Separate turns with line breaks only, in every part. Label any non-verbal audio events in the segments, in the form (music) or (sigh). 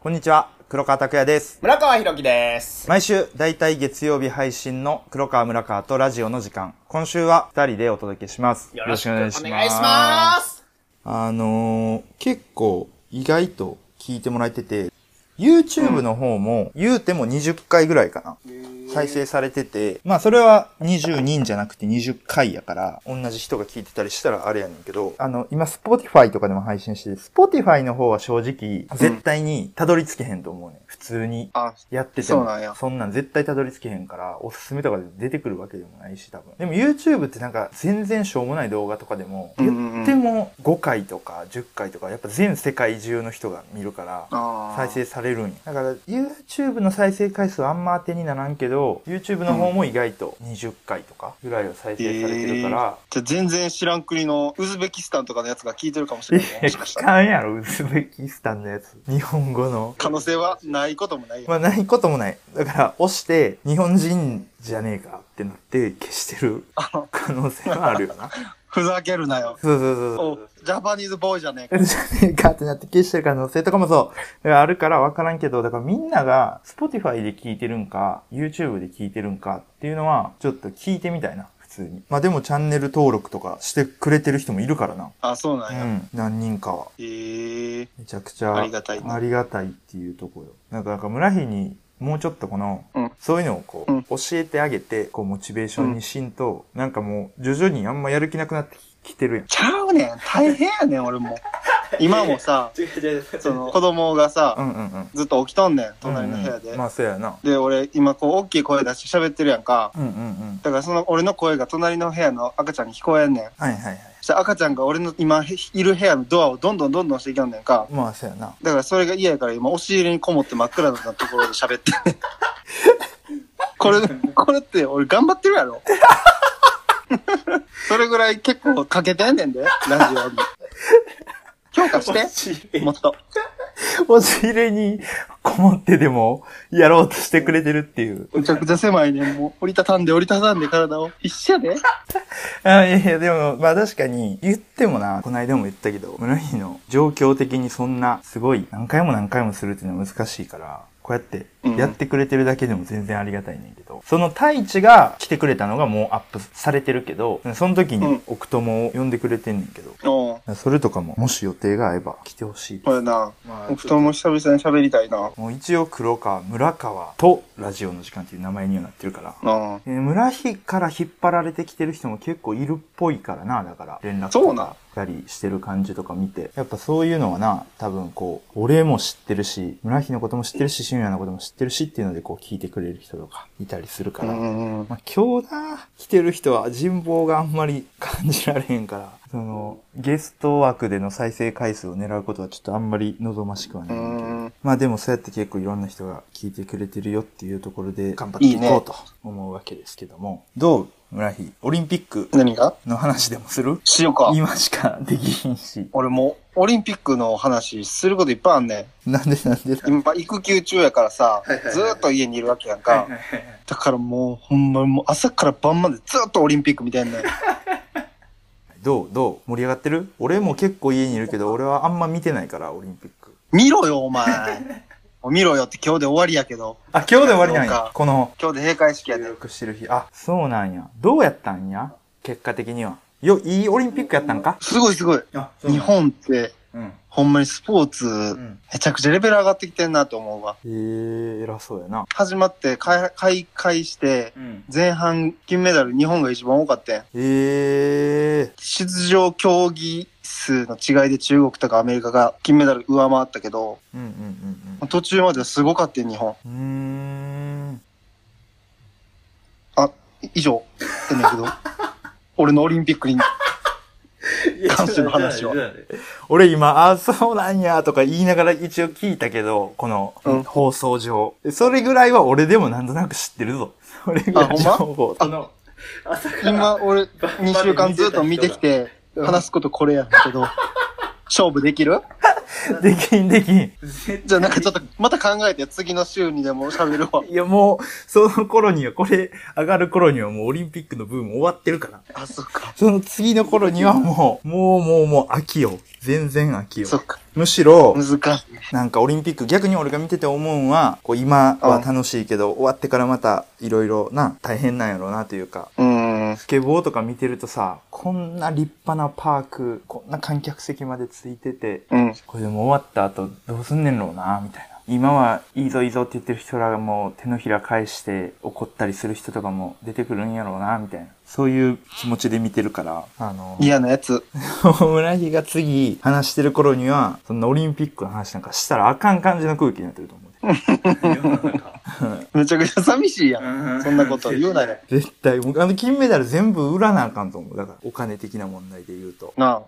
こんにちは、黒川拓也です。
村川博樹です。
毎週、だいたい月曜日配信の黒川村川とラジオの時間。今週は二人でお届けします。
お願いします。
あのー、結構意外と聞いてもらえてて、YouTube の方も、言うても20回ぐらいかな。再生されてて、まあそれは20人じゃなくて20回やから、同じ人が聞いてたりしたらあれやねんけど、あの、今 Spotify とかでも配信してて、Spotify の方は正直、絶対にたどり着けへんと思うねん。普通に
あ、
やってても
そうなんや
そんなん絶対たどり着けへんから、おすすめとかで出てくるわけでもないし、多分。でも YouTube ってなんか全然しょうもない動画とかでも、
うん
言
うんうん
っても5回とか10回とか、やっぱ全世界中の人が見るから、
あー
再生されるんや。だから YouTube の再生回数はあんま当てにならんけど、YouTube の方も意外と20回とかぐらいを再生されてるから、
じゃあ全然知らん国のウズベキスタンとかのやつが聞いてるかもしれないね。もしかし
聞
たら。
かんやろ、ウズベキスタンのやつ。日本語の。
可能性はないこともないよ。
まあ、ないこともない。だから、押して、日本人じゃねえかってなって、消してる可能性はあるよな。
ふざけるなよ。
そうそうそうそ
お
う。
ジャパニーズボーイじゃねえか。
じゃねえかってなって消してる可能性とかもそう。だからあるから分からんけど、だからみんなが Spotify で聞いてるんか、YouTube で聞いてるんかっていうのは、ちょっと聞いてみたいな、普通に。まあでもチャンネル登録とかしてくれてる人もいるからな。
あ、そうなん
う
や。
ん。何人かは。
えー、
めちゃくちゃ
ありがたいな
ありがたいっていうところよ。なんか、なんか村日にもうちょっとこの、
うん
そういうのをこう、
うん
教えてあげて、こう、モチベーションにしんと、なんかもう、徐々にあんまやる気なくなってきてるやん。
ちゃうねん。大変やねん、
(laughs)
俺も。今もさ、その子供が
う
さ、
んうんうん。
ずっと起きとんねん、隣の部
う
屋
んう
で
んま。あ、そうやな。
で、俺、今こう、大きい声出して喋ってるやんか。
うんうんうん。
だからその俺の声が隣の部屋の赤ちゃんに聞こえんねん。
はいはいはい。
そしたら赤ちゃんが俺の今いる部屋のドアをどんどんどんどんしていきよんねんか。
まあ、そうやな。
だからそれが嫌やから今押し入れにこもって真っ暗なところで喋ってんねんこれ、これって俺頑張ってるやろそれぐらい結構かけてんねんで、ラジオに。評価して、もっと。
押し入れにこもってでも、やろうとしてくれてるっていう。
むちゃくちゃ狭いねん。もう折りたたんで折りたたんで体を。必死やで。
あいやいや、でも、まあ確かに、言ってもな、この間も言ったけど、村井の状況的にそんな、すごい、何回も何回もするっていうのは難しいから、こうやって
うん、
やってくれてるだけでも全然ありがたいねんけど、その太一が来てくれたのがもうアップされてるけど、その時
うん
に奥友を呼んでくれてんねんけど、
うん。
それとかも、もし予定が合えば来てほしいです
これな、
まあ
僕とも久々に喋りたいな。
もう一応黒川、村川とラジオの時間っていう名前にはなってるから、
うん。
えー村日から引っ張られてきてる人も結構いるっぽいからな、だから。連絡
そう
と
なん
かしたりしてる感じとか見て。やっぱそういうのはな、多分こう、俺も知ってるし、村日のことも知ってるし、俊也のことも知ってるしっていうのでこう聞いてくれる人とかいたりするから。
うん
まあ今日な、来てる人は人望があんまり感じられへんから、その、ゲスト枠での再生回数を狙うことはちょっとあんまり望ましくは
う
ないんだけど。
ん。
まあでもそうやって結構いろんな人が聞いてくれてるよっていうところで頑張ってい
いい
こ
ね
うと思うわけですけども。どう村日、オリンピック
何が
の話でもする
しようか。
今しかできひんし。
俺もうオリンピックの話することいっぱいあんね
なんでなんで
ん。今、育休中やからさ、
いはいはい
ずーっと家にいるわけやんか。だからもう、ほんまにもう朝から晩までずーっとオリンピック見てんねん。
どうどう盛り上がってる俺も結構家にいるけど、俺はあんま見てないから、オリンピック。
見ろよ、お前。もう見ろよって今日で終わりやけど。
あ、今日で終わりなん
そう
や
か。
この、
今日で閉会式やね
収
ん。
録してる日。あ、そうなんや。どうやったんや結果的には。よ、いいオリンピックやったんか
すごいすごい。
あ、
日。本って、
うん。
ほんまにスポーツ、
ん。
めちゃくちゃレベル上がってきてんなと思うわ。
えー、偉そうやな。
始まって、開開会して、
うん。
前半金メダル日本が一番多かったやん。
ええ
出場競技数の違いで中国とかアメリカが金メダル上回ったけど、
うんうん
途中まではすごかったよ、日本。
うんうん。うーん。
以上。ってんだけど、 (laughs) 俺のオリンピックに、関しての話は。
俺今、あ、そうなんや、とか言いながら一応聞いたけど、この
うん
放送上。それぐらいは俺でもなんとなく知ってるぞ。 (laughs) それぐらい
あほん
情
ま
報。
あ
の、朝から
今俺2週間ずっと見てきて、話すことこれやんだけど、勝負できる
できん、できん。
絶
じゃあなんかちょっと、また考えて、次の週にでも喋るわ。
いや、もう、その頃には、これ、上がる頃にはもうオリンピックのブーム終わってるから。
あ、そっか。
その次の頃にはもう、もうもうもう秋よ。全然秋よ
そ。っか。
むしろ、
難しい。
なんかオリンピック、逆に俺が見てて思うんは、こう今は楽しいけど、終わってからまたいろいろな、大変なんやろうなというか、
うーん。
スケボーとか見てるとさ、こんな立派なパーク、こんな観客席までついてて、
うん。
これでも終わった後どうすんねんろうな、みたいな。今はいいぞいいぞって言ってる人らがもう手のひら返して怒ったりする人とかも出てくるんやろうな、みたいな。そういう気持ちで見てるから、あの、
嫌なやつ。
大 (laughs) 村木が次話してる頃には、そんなオリンピックの話なんかしたらあかん感じの空気になってると思う。
対世の中
めちゃくちゃ寂しいやん。
う
(laughs) そんなこと言うなよ。
絶対、もうあの金メダル全部売らなあかんと思う。だから、お金的な問題で言うと。
な
うん
あ、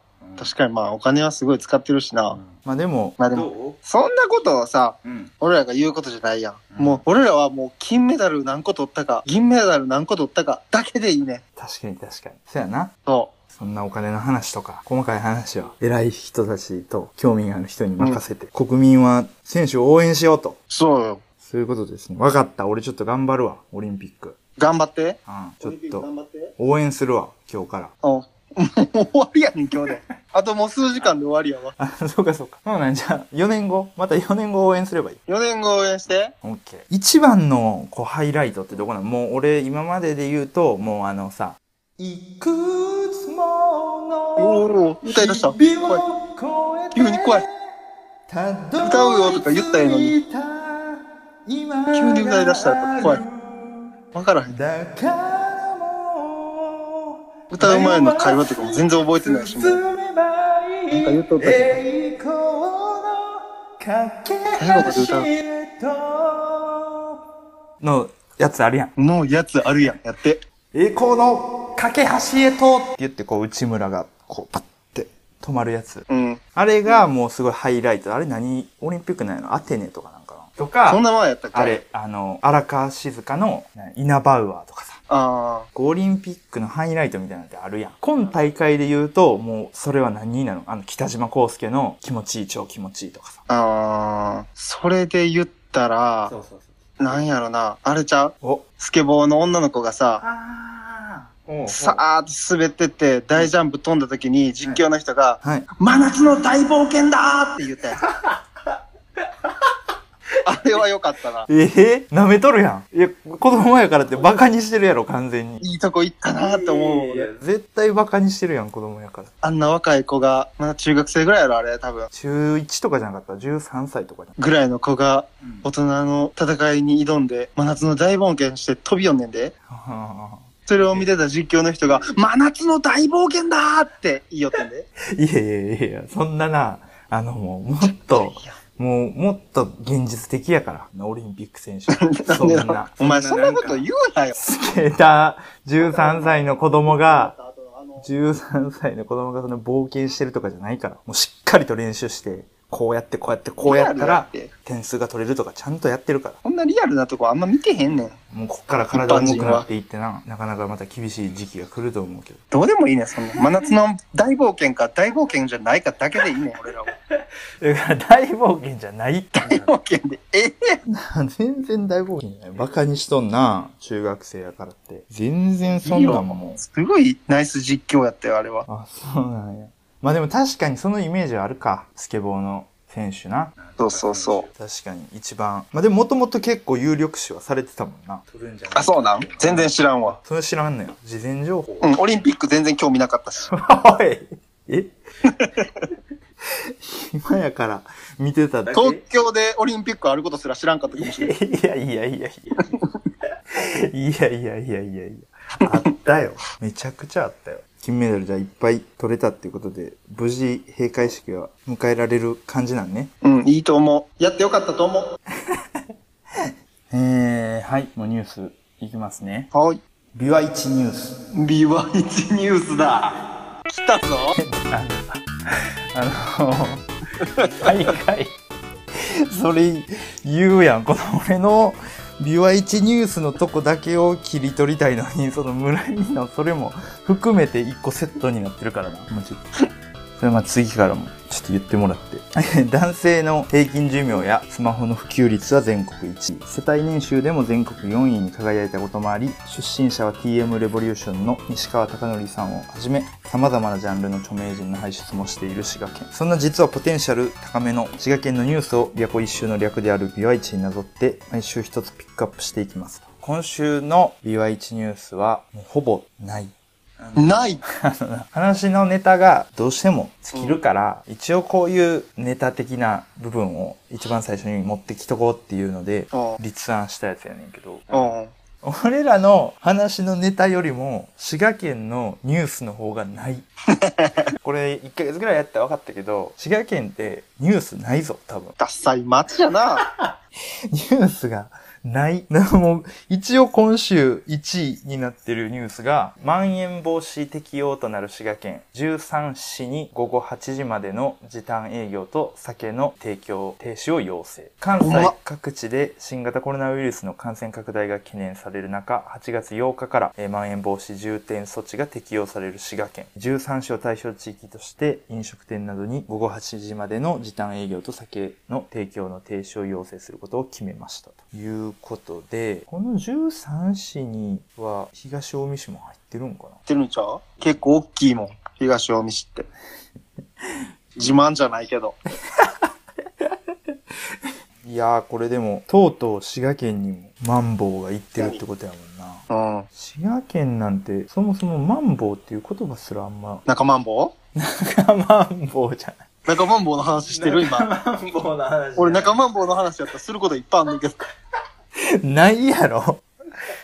確かにまあお金はすごい使ってるしな。
まあでも、
まあでも、
ど
そんなことをさ、
ううん。
俺らが言うことじゃないやん。
うん
もう俺らはもう金メダル何個取ったか、銀メダル何個取ったかだけでいいね。
確かに確かに。そやな。
そ
そんなお金の話とか、細かい話は、偉い人たちと興味がある人に任せて、国民は選手を応援しようと。
う。そうよ。
そういうことですね。わかった。俺ちょっと頑張るわ。オリンピック。
頑張って。
うん。ちょっと、
頑張って。
応援するわ。今日から。
うん。もう終わりやねん、今 (laughs) 日で。あともう数時間で終わりやわ。
あ、そうかそうか。そうなんじゃあ、4年後また4年後応援すればいい。
4年後応援して。
オッケー。一番の、こう、ハイライトってどこなのもう俺、今までで言うと、もうあのさ、いくつもの
おお、歌い出した。
日
怖い
々を越えて
急に怖い
歌
うよとか言ったらええのに急に歌い出したら怖いわからへん。
だからもう
歌う前の会話とかも全然覚えてないしもう
なん
か言っとったけど最後まで歌う
のやつあるやん
もうやつあるやん、やって。
栄光の架け橋へとって言ってこう内村がこうパッて止まるやつ
うん。
あれがもうすごいハイライトあれ何オリンピックなんやのアテネとかなんかなとか
そんな前やったっけ
あれ、あの、荒川静香のイナバウアーとかさ、
あ
オリンピックのハイライトみたいなのってあるやん。今大会で言うと、もうそれは何になるのあの、北島康介の気持ちいい、超気持ちいいとかさ。
あ、ああ、それで言ったら
そ、うそうそう。
なんやろな、あれちゃう
お、
スケボーの女の子がさ、
ああ。
さーっと滑ってって大ジャンプ飛んだ時に実況の人が、
はい。
真夏の大冒険だーって言ったやつ。あれは良かったな。
ええ舐めとるやん。いや、子供やからってバカにしてるやろ、完全に。
いいとこ行ったなーって思う。
いやいや
絶対バカにしてるやん、子供やから。
あんな若い子が、まだ中学生ぐらいやろ、あれ多分。
中1とかじゃなかった ?13 歳とかじゃん。
ぐらいの子が
うん
大人の戦いに挑んで、真夏の大冒険して飛び寄んねんで。それを見てた実況の人が、真夏の大冒険だーって言いよってんで。
(laughs) いやいやいやいや、そんなな、あのもう、もっと、もう、もっと現実的やから、オリンピック選手。そん
なんで
な。
お前そんなこと言うなよ。
スケーター、13歳の子供が、13歳の子供がその冒険してるとかじゃないから、もうしっかりと練習して、こうやってこうやってこうやったら、
リアルだって
点数が取れるとかちゃんとやってるから。
こんなリアルなとこあんま見てへんねん。
もうこっから体重くなっていってな、なかなかまた厳しい時期が来ると思うけど。
どうでもいいねん、そんな。真夏の大冒険か大冒険じゃないかだけでいいねん、俺らは。
だから大冒険じゃないって。
大冒険で、ええ
(laughs) 全然大冒険じゃない。バカにしとんな、中学生やからって。全然そんなんももう。
すごいナイス実況やったよ、あれは。
あ、そうなんや。まあでも確かにそのイメージはあるか。スケボーの選手な。
そうそうそう。
確かに一番まあでももともと結構有力視はされてたもんな
取るんじゃない
あ、そうなん全然知らんわ。
それ知らんのよ事前情報
うん、オリンピック全然興味なかったし。
おいえ今やから見てただけ
東京でオリンピックあることすら知らんかったかもしれない。
いやいやいやいやいやいやいやいやいやあったよめちゃくちゃあったよ金メダルじゃいっぱい取れたっていうことで無事閉会式は迎えられる感じなんね
うん、いいと思う。やってよかったと思う。
えー、はいもうニュースいきますね
はい。
ビワイチニュース
ビワイチニュースだ。来たぞ。
あの大会、それ言うやん。この俺の BY1 ニュースのとこだけを切り取りたいのに、その村井のそれも含めて一個セットになってるからな。もうちょっそれはまあ次からもちょっと言ってもらって。 (laughs) 男性の平均寿命やスマホの普及率は全国1位。世帯年収でも全国4位に輝いたこともあり、出身者は TM レボリューションの西川貴教さんをはじめ、様々なジャンルの著名人の輩出もしている滋賀県。そんな実はポテンシャル高めの滋賀県のニュースを琵琶湖一周の略である琵琶市になぞって、毎週一つピックアップしていきます。今週の琵琶市ニュースは、もうほぼない。
ない
話のネタがどうしても尽きるから、一応こういうネタ的な部分を一番最初に持ってきとこうっていうので、
あ
立案したやつやねんけど、
あ
俺らの話のネタよりも、滋賀県のニュースの方がない。これ1ヶ月ぐらいやったら分かったけど、滋賀県ってニュースないぞ、多分。
ダッサい街やな。
ニュースがない。なもう一応今週1位になってるニュースが、まん延防止適用となる滋賀県13市に午後8時までの時短営業と酒の提供停止を要請。関
うま
西
っ
各地で新型コロナウイルスの感染拡大が懸念される中、8月8日から、えーまん延防止重点措置が適用される滋賀県。13市を対象地域として、飲食店などに午後8時までの時短営業と酒の提供の停止を要請することを決めました。ということで、この13市には東近江市も入ってるんかな
知ってるんちゃう結構大きいもん。東近江市って。自慢じゃないけど。
いやー、これでも、とうとう滋賀県にもマンボウが行ってるってことやもんな。
うん。
滋賀県なんて、そもそもマンボウっていう言葉すらあんま、
中マンボ
(laughs) マンボウじゃない。
ウ中マンボウの話してる今。
マンボウの話。
俺中マンボウの話やったらすることいっぱいあんねんけど。
(laughs) ないやろ。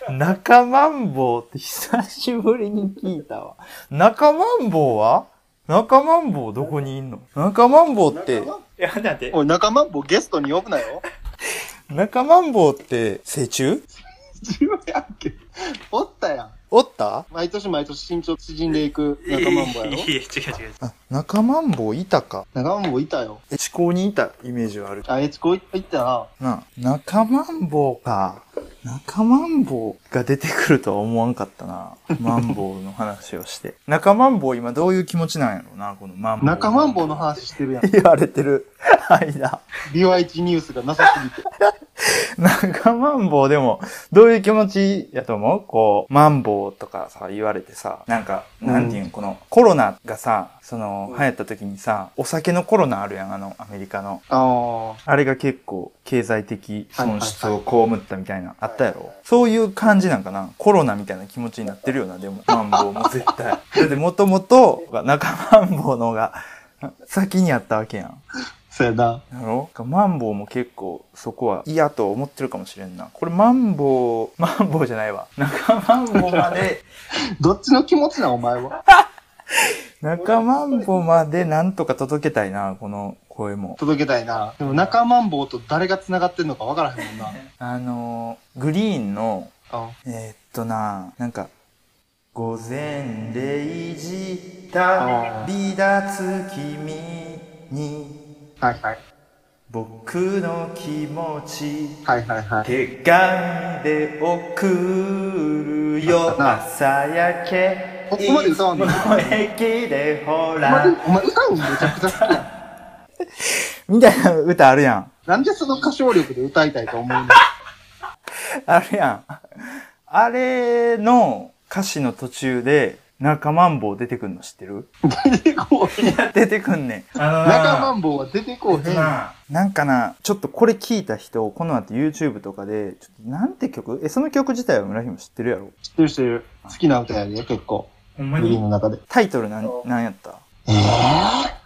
中マンボウって久しぶりに聞いたわ。中マンボウは中マンボウどこにいんの中マンボウって、
いや、だって、
おい、中マンボウゲストに呼ぶなよ。
中マンボウって成虫
自分やんけ。おったやん。
おった
毎年毎年身長縮んでいく
いやい
中
や
マ
い
ンボウやろ
や違う違う。
あ、中マンボウいたか。
中マンボウいたよ。
え、地高にいたイメージはある
あ、えちこ行ったな。
なあ、中マンボウか。中マンボウが出てくるとは思わんかったな。マンボウの話をして。中マンボウ今どういう気持ちなんやろうな、このマンボウ。
中マンボウの話してるやん。
言われてる間。
BYH ニュースがなさすぎて。
中マンボウでも、どういう気持ちやと思うこう、マンボウとかさ、言われてさ、なんか、
うん
なんていうん、この、コロナがさ、その
う、ん
流行った時にさ、お酒のコロナあるやん、あの、アメリカの。
あ
あれが結構、経済的損失を被ったみたいな、あったやろそういう感じなんかなコロナみたいな気持ちになってるよな、でも、 (laughs) マンボウも絶対。だって、もともと、中マンボウのが、先にあったわけやん。
あ。そうやな。
やろマンボウも結構そこは嫌と思ってるかもしれんな。これマンボウ、マンボウじゃないわ。中マンボウま (laughs) で、
どっちの気持ちなんお前は。
中マンボウまでなんとか届けたいな、この声も。
届けたいな。でも中マンボウと誰が繋がってんのか分からへんもんな。
あのー、グリーンの、
あ
えーっとな、なんか、午前0時旅立つ君に、
はいはい。
僕の気持ち、
はいはいはい。
手紙で送るよ
な
朝焼け
ここまで歌わんの
いつも駅でほ
お前
ら、
お前歌うんめちゃくちゃ好きやん。
みたいな歌あるやん
なんでその歌唱力で歌いたいと思うの
あるやんあれの歌詞の途中で中マンボウ出てくんの知ってる (laughs)
出てこうへん。
出てくんねん
あの
中マンボウは出てこうへん。
な
なんかな、ちょっとこれ聞いた人、この後 YouTube とかで、ちょっとなんて曲え、その曲自体は村姫知ってるやろ
知ってる知ってる。好きな歌やで、結構。
ほんま
グリーン
に。
の中で。
タイトルなん、なんやった
え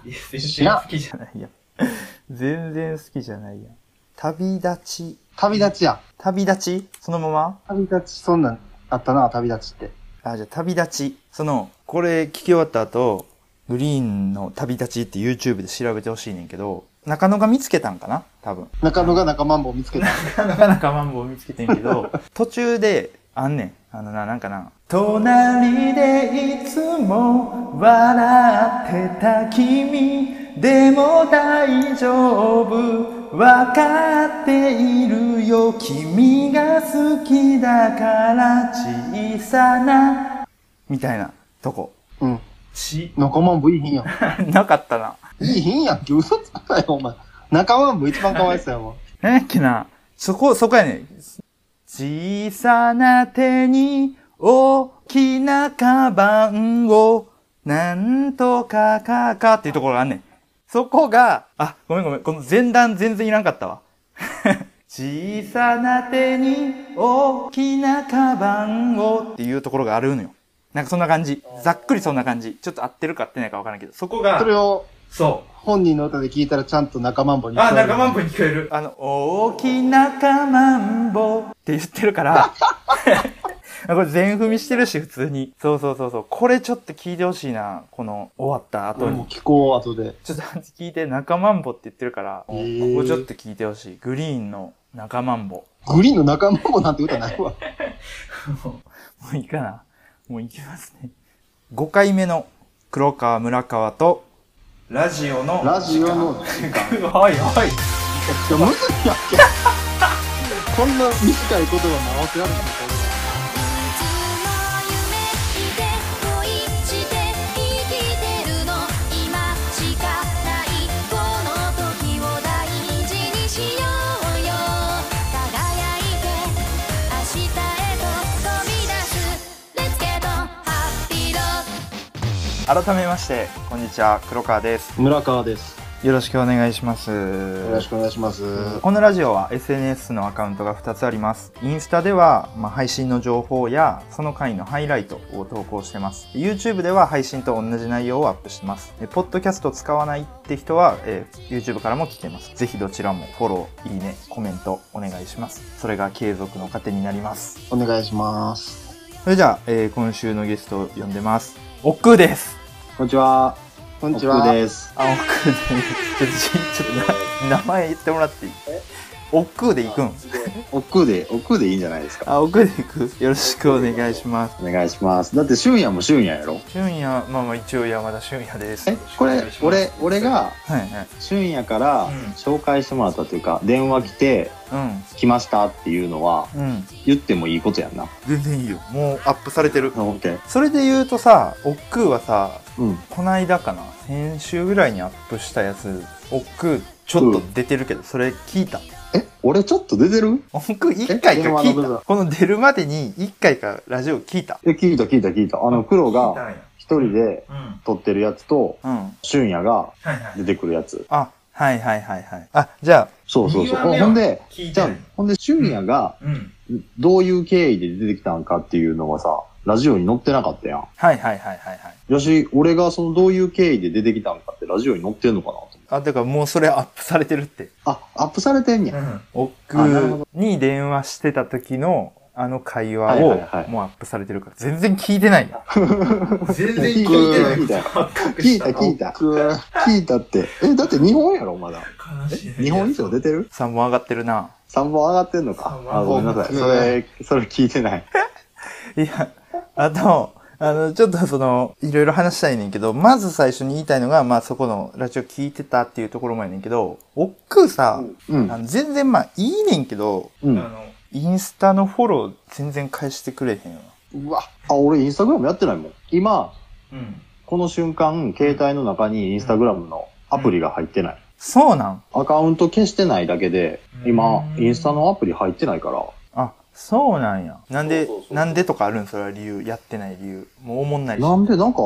ぇ、
いや、全然好きじゃ
じゃないやん。 (laughs) 全然好きじゃないやん。旅立ち
旅立ちや。
旅立ちそのまま
旅立ち、そんなんあったな、旅立ちって。
あ、じゃあ旅立ち。その、これ聞き終わった後、グリーンの旅立ちって YouTube で調べてほしいねんけど、中野が見つけたんかな多分。
中野が中マンボウ見つけた。
なかなかマンボウ見つけてんけど、 (laughs) 途中で、あんねん。あのな、なんかな。隣でいつも笑ってた君、でも大丈夫。わかっているよ、君が好きだから小さな。みたいなとこ。
うん。
し、
仲間もいいひんや
(laughs)
ん。
なかったな。
いいひんやんけ。嘘つくなよ、お前。仲間も一番かわいそうやもん。
なんやっけな。そこ、そこやね。小さな手に大きなカバンをなんとかかかっていうところがあんねん。そこが、あ、ごめんごめん。この前段全然いらんかったわ。 (laughs) 小さな手に大きなカバンをっていうところがあるのよ。なんかそんな感じ。ざっくりそんな感じ。ちょっと合ってるか合ってないかわからんけど。そ
そこ
こ、
が
そ、れを
そ
本人の歌で聞いたらちゃんと仲間も
う。
に
あ、仲間
も。
もに聞こえる。
あの、大きなカマンボって言ってる
(laughs)
から、これ全踏みしてるし、普通に。そうそうそうそう。これちょっと聞いてほしいな。この終わった後に。
もう聞こう、後で。
ちょっと聞いて、仲マンボって言ってるから、こ
へ
こ
ー
ちょっと聞いてほしい。グリーンの仲マンボ。
グリーンの仲間もなんて歌ない
も
わ。
ういいかな。もういきますね。5回目の黒川村川と、ラジオの
ラジオの。
(laughs) はいはい。
いや、むずいやっけ。こんな短い言葉も合わせられないのか俺は
「いつも夢見て恋して生きてるの」「今しかないこの時を大事にしようよ」「輝いて明日へと飛び出す」「レッツゲットハッピーロード」
改めまして、こんにちは。黒川です。
村川です。
よろしくお願いします。
よろしくお願いします。
このラジオは SNS のアカウントが2つあります。インスタでは、まあ、配信の情報やその回のハイライトを投稿してます。YouTube では配信と同じ内容をアップしてます。えポッドキャスト使わないって人は、えー YouTube からも聞けます。ぜひどちらもフォロー、いいね、コメントお願いします。それが継続の糧になります。
お願いします。
それじゃあ、えー今週のゲストを呼んでます。おっくーです。
こんにちは。
こんにち
奥
は。
です。
あ、おっくーです。ちょっと、ちょっとな、名前言ってもらっていいおっくーで行くん
奥で、奥でいいんじゃないですか。
あ、奥で行く。よろしくお願いします。
お願いします。だって、俊也も俊也やろ。
俊也、まあまあ一応山田俊也です。
え、これ、俺、俺が
はいはい。
俊也から紹介してもらったというか、電話来て、来ましたっていうのは、
うん。うん。
言ってもいいことやんな。
全然いいよ。もうアップされてる。
オッケー。
それで言うとさ、おっくーはさ、
うん。
こないだかな、先週ぐらいにアップしたやつ、おっくーちょっと出てるけど、それ聞いた。
え、俺ちょっと出てる
おっくー一回か
電話
聞
の
い
部分
た。この出るまでに一回かラジオ聞いた。
え、聞いた聞いた聞いた。あの、黒
聞い
が
たんや。
一人で
うん。は
撮ってるやつと、
うん。はい
俊也が
いはい。
出てくるやつ。
あ、はいはいはいはい。あ、じゃ
そうそうそう。
二話目
あ
は
ほんで、
聞い
じ
て
ゃ
な
あ
い。、
ほんで、俊也が、
うん。
どういう経緯で出てきたんかっていうのがさ、ラジオに載ってなかったやん。
あ、はいはいはいはいはい。
よし、俺がそのどういう経緯で出てきたんかってラジオに載ってんのかなと思って
あ、だからもうそれアップされてるって。
あ、アップされてんね。
うんん。
おっく
あなるほ
ーに電話してた時のあの会話を
はいはいはい
もうアップされてるから全然聞いて
(laughs)
ないよ。
全然
聞
聞
い
い
た
てない。
聞いた聞
聞
いた聞いた。聞いたって。え、だって日本やろ、まだ。
悲しい。
日本以上出てる
3本上がってるな。
?3 本上がってんのか
三。本
あ、ごめんなさい。
うん
それ、それ聞いてない。
いや、あと、あの、ちょっとその、いろいろ話したいねんけど、まず最初に言いたいのが、まあそこのラジオ聞いてたっていうところもやねんけど、おっくーさ、
う
あ
ん。
の全然まあいいねんけど、
う
あ
ん。
の、
インスタのフォロー全然返してくれへんわ。
うわ。
あ、俺インスタグラムやってないもん。今、
うん。
この瞬間、携帯の中にインスタグラムのアプリが入ってない。
そうなん
アカウント消してないだけで、今
う、ん
インスタのアプリ入ってないから、
あ、そうなんや。なんで
そうそう、そう
なんでとかあるんそれは理由。やってない理由。もうおもんないし。
なんでなんか、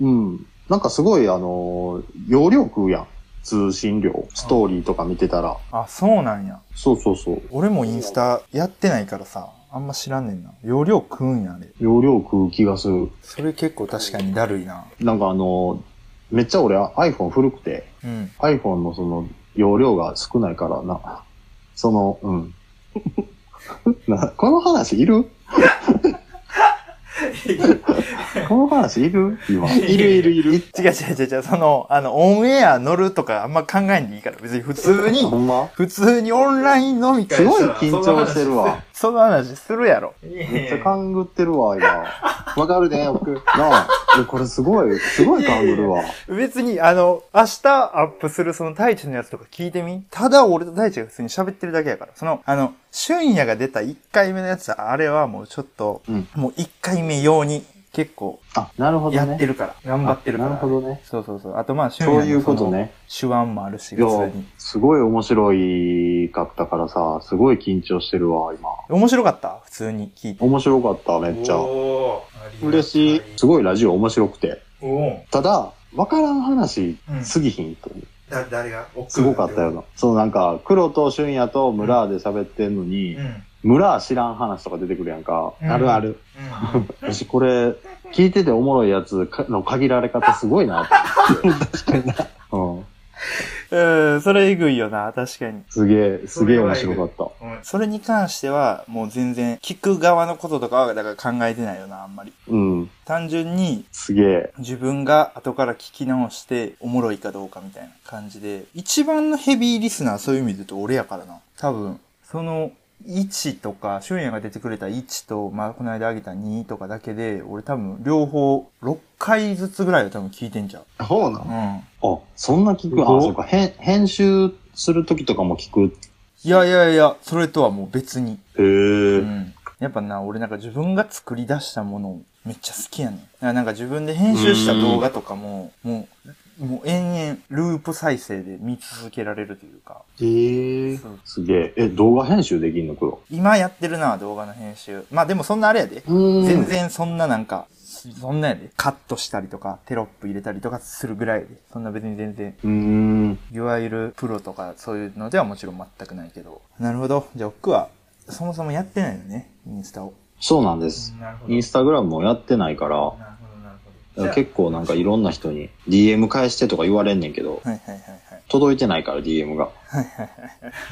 うん、なんかすごいあの、容量食うやん。通信量。ストーリーとか見てたら。
あ、そうなんや。
そうそうそう。
俺もインスタやってないからさ、あんま知らんねんな。容量食うんや、あれ。
容量食う気がする。
それ結構確かにだるいな。
なんかあの、めっちゃ俺 iPhone 古くて、
うん。
iPhone のその容量が少ないからな。その、うん。 (laughs) なこの話
(laughs)
いるこの話いる今。
いるいるいる。
違う違う違う違う、その、あの、オンエア乗るとかあんま考えんでいいから、別に普通に、
ほ (laughs) んま
普通にオンライン飲み
す
会、
ごい緊張してるわ。
その話するやろ。
め
め
っちゃ勘ぐってるわ、今。 (laughs) な
わかるね、僕。
あ、いやこれすごい、すごい勘ぐるわ。
別に、あの、明日アップするその太一のやつとか聞いてみただ俺と太一が普通に喋ってるだけやから。その、あの、俊也が出た1回目のやつ、あれはもうちょっと、
うん
もう1回目用に結構
あ、なるほど
や
ね。
ってるから、頑張ってるから、
なるほどね。
そうそうそう。あとまあ、
そういうことね。
手腕もあるし、
いや
普通に。、
すごい面白いかったからさ、すごい緊張してるわ、今。
面白かった普通に聞いて。
面白かった、めっちゃ。
おーありがたい
嬉しい。すごいラジオ面白くて。
おー
ただ、わからん話
うん
すぎひんという。
だ誰がお
すごかったよな。そうなんか、黒と俊也と村で喋ってんの
う
に、
ん。うん。
村知らん話とか出てくるやんか。
うんあるあ
る。
うん
私これ、聞いてておもろいやつかの限られ方すごいなって。確かにな。うん。
(laughs) うん、それえぐいよな、確かに。
すげえ、すげえ面白かった。
うん
それに関しては、もう全然、聞く側のこととかは、だから考えてないよな、あんまり。
うん。
単純に、
すげえ。
自分が後から聞き直して、おもろいかどうかみたいな感じで、一番のヘビーリスナー、そういう意味で言うと俺やからな。多分、その、1とか、俊也が出てくれた1と、まあ、この間あげた2とかだけで、俺多分、両方、6回ずつぐらいは多分聞いてんじゃん。
そうな
う
の
ん。
あ、そんな聞く
す
あ、
ごっ
そうか。編編集するときとかも聞く。
いやいやいや、それとはもう別に。
へ
う。ん。やっぱな、俺なんか自分が作り出したものめっちゃ好きやねん。だからなんか自分で編集した動画とかも、もう、もう延々ループ再生で見続けられるというか。
へえ
そう
すげえ。え、動画編集できんの黒。
今やってるな、動画の編集。まあでもそんなあれやで。
う
全。然そんななんか、そんなやで。カットしたりとか、テロップ入れたりとかするぐらいやで。そんな別に全然、
うん。
いわゆるプロとかそういうのではもちろん全くないけど。なるほど。じゃあ僕は、そもそもやってないよね、インスタを。
そうなんです。
なるほど。
インスタグラムもやってないか
なるほ
ら、
ど、なるほど。
結構なんかいろんな人に DM 返してとか言われんねんけど、
はいはいはいはい。
届いてないから DM が。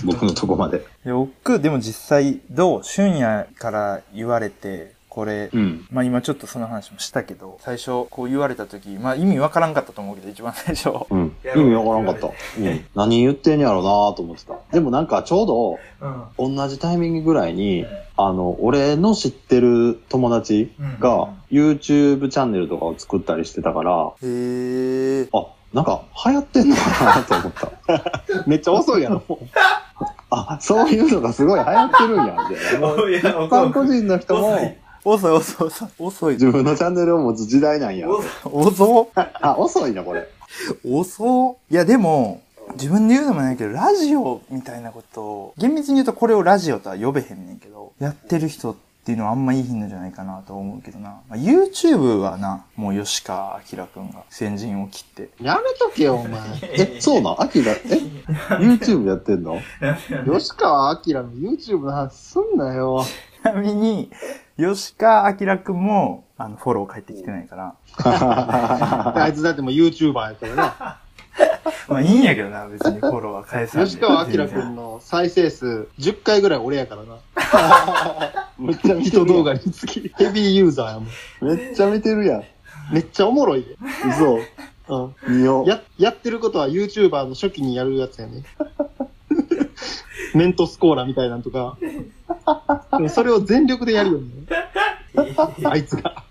僕のとこまで。
で僕、でも実際、どう俊也から言われて、これ、
うん。
まあ今ちょっとその話もしたけど、最初こう言われた時、まあ意味わからんかったと思うけど、一番最初。
うん。意味わからんかった。うん。何言ってんやろうなと思ってた。でもなんかちょうど、
うん
同じタイミングぐらいに、あの、俺の知ってる友達
うん
が YouTube チャンネルとかを作ったりしてたから、
へ
(laughs)
ー。
あ、なんか流行ってんのかなと思った。めっちゃ遅
(laughs)
いやろ。あ、そういうのがすごい流行ってるんや、みたいな。
うん。いや、
一般個人の人
遅
も
い
遅い遅い遅
(laughs)
い。遅い。
自分のチャンネルを持つ時代なんや。
遅い
遅
あ、遅いな、これ。
遅いやでも、自分で言うのもないけど、ラジオみたいなことを、厳密に言うとこれをラジオとは呼べへんねんけど、やってる人っていうのはあんまいい頻度じゃないかなと思うけどな。まあ、YouTube はな、もう吉川明君が先陣を切って、
やめとけよ、お前。え、そうなんアキラ、え、YouTube やってんの
吉川明の YouTube の話すんなよ。
ちなみに、吉川明君も、あの、フォロー返ってきてないから。
(laughs) あいつだってもう YouTuber や (laughs) から
まあ、いいんやけどな、別にフォローは返さ
な。
ない。
吉川明君の再生数10回ぐらい俺やからな。
めっちゃ見
(laughs)
て
人
るや
動
ん
画につき。 (laughs) ヘビーユーザーやもん。
めっちゃ見てるやん。
めっちゃおもろいで。
嘘。
うん。
見よう。
や、やってることは YouTuber の初期にやるやつやね。 (laughs) メントスコーラみたいなんと (laughs) か。でもそれを全力でやる (laughs) よね。あいつが。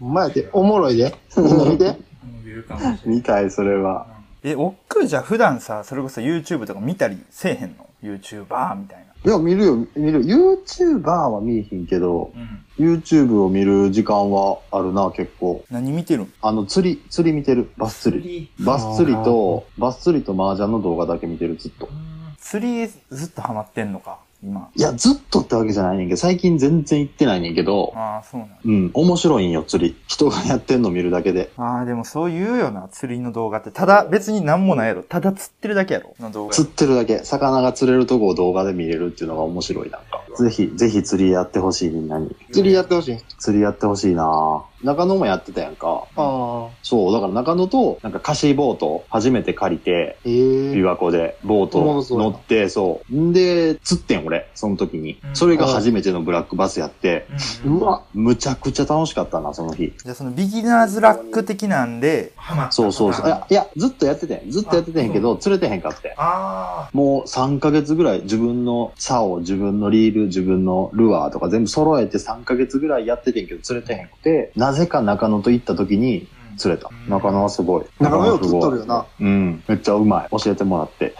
お前やて、おもろいで。みんな見て。
もう言うかもしれない。
見たい、それは。
え、おっくじゃあ普段さ、それこそ YouTube とか見たりせえへんの ?YouTuber みたいな。
いや、見るよ、見る。YouTuber は見えひんけど、
うん。
YouTube を見る時間はあるな、結構。
何見てるん
あの、釣り、釣り見てる。バス釣り。
り。
バス釣りと、バス釣りと麻雀の動画だけ見てる、ずっと
う。ん
釣りずっとハマってんのか、今。
いや、ずっとってわけじゃないねんけど、最近全然行ってないねんけど、
ああ、そうなん
うん、面白いんよ、釣り。人がやってんの見るだけで。
ああ、でもそう言うよな、釣りの動画って。ただ、別に何もないやろ。ただ釣ってるだけやろ、の動画。
釣ってるだけ。魚が釣れるとこを動画で見れるっていうのが面白いな。ぜひ、ぜひ釣りやってほしい、みんなに。
釣りやってほしい。あ
釣りやってほしいな中野もやってたやんか。
あ。
そう、だから中野と、なんか貸しボート、初めて借りて、
ええ
琵琶湖で、ボート
おもろそうや
乗
な
って、そう。んで、釣ってん、俺、その時に
う。ん
それが初めてのブラックバスやって、
うん。
うわ。
むちゃくちゃ楽しかったな、その日。
じゃあそのビギナーズラック的なんで、
ハマった。
そうそうそう。いや、いやずっとやっててん。ずっとやっててんけど、釣れてへんかって。
あ
もう3ヶ月ぐらい自分の竿、自分のリール、自分のルアーとか全部揃えて3ヶ月ぐらいやっててんけど釣れてへんくて、なぜか中野と行った時に
あ。うん
釣れた
うん。
中野はすごい。
中野よ
は
う釣っとるよな。
うん。めっちゃうまい。教えてもらって。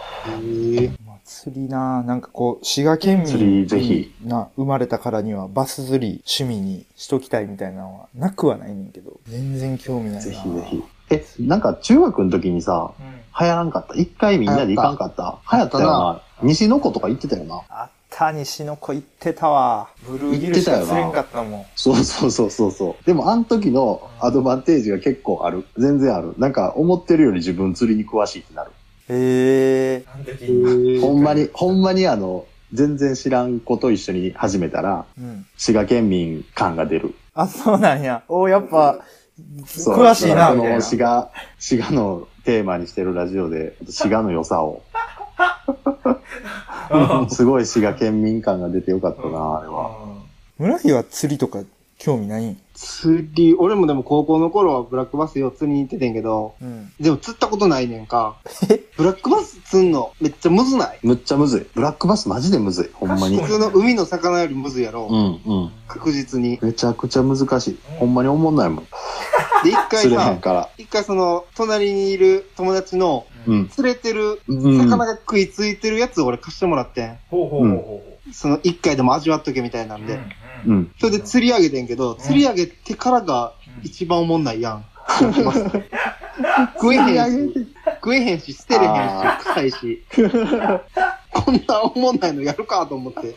ええ
まあ、釣りなあなんかこう、滋賀県民
釣りぜひ
な、生まれたからにはバス釣り趣味にしときたいみたいなのはなくはないねんけど、全然興味ないな。
ぜひぜひ。え、なんか中学の時にさ、
うん。
流行らんかった。一回みんなで行かんかった。流行ったよな。西の子とか行ってたよな。
あった、西の子行ってたわ。ブルーギルしか釣れんかったもん。
そうそうそうそうそう。でも、あの時のアドバンテージが結構ある。全然ある。なんか、思ってるより自分釣りに詳しいってなる。
ええ
あの時
ほんまに、ほんまにあの、全然知らん子と一緒に始めたら、
ー。うん。
滋賀県民感が出る。
あ、そうなんや。おやっぱ、
そう
詳しいな、
あ
み
の
たいな。
滋賀、滋賀のテーマにしてるラジオで、滋賀の良さ (laughs) を。すごい滋賀県民感が出てよかったな、あれは。
村木は釣りとか興味ないん
釣り、俺もでも高校の頃はブラックバスよ釣りに行っててんけど、
うん。
でも釣ったことないねん
(laughs)
か。ブラックバス釣んのめっちゃむずない
むっちゃむずい。ブラックバスマジでむずい。ほんまに
賢
普
い。
通の海の魚よりむずいやろ。
うん、うん。
確実に。
めちゃくちゃ難しい。ほんまに思んないもん。
で、一回
釣れへ
さ
ん、から。
一回その、隣にいる友達の
うん。
釣れてる、
うん。
魚が食いついてるやつを俺貸してもらってん。
ほうほうほうほ
その一回でも味わっとけみたいな
う。
んで。
う
うん
ん。
それで釣り上げてんけど、釣り上げてからが一番おもんないやん。食えへんし、食えへんし、捨てれへん
あ
し、臭いし。こんなおもんないのやるかと思って。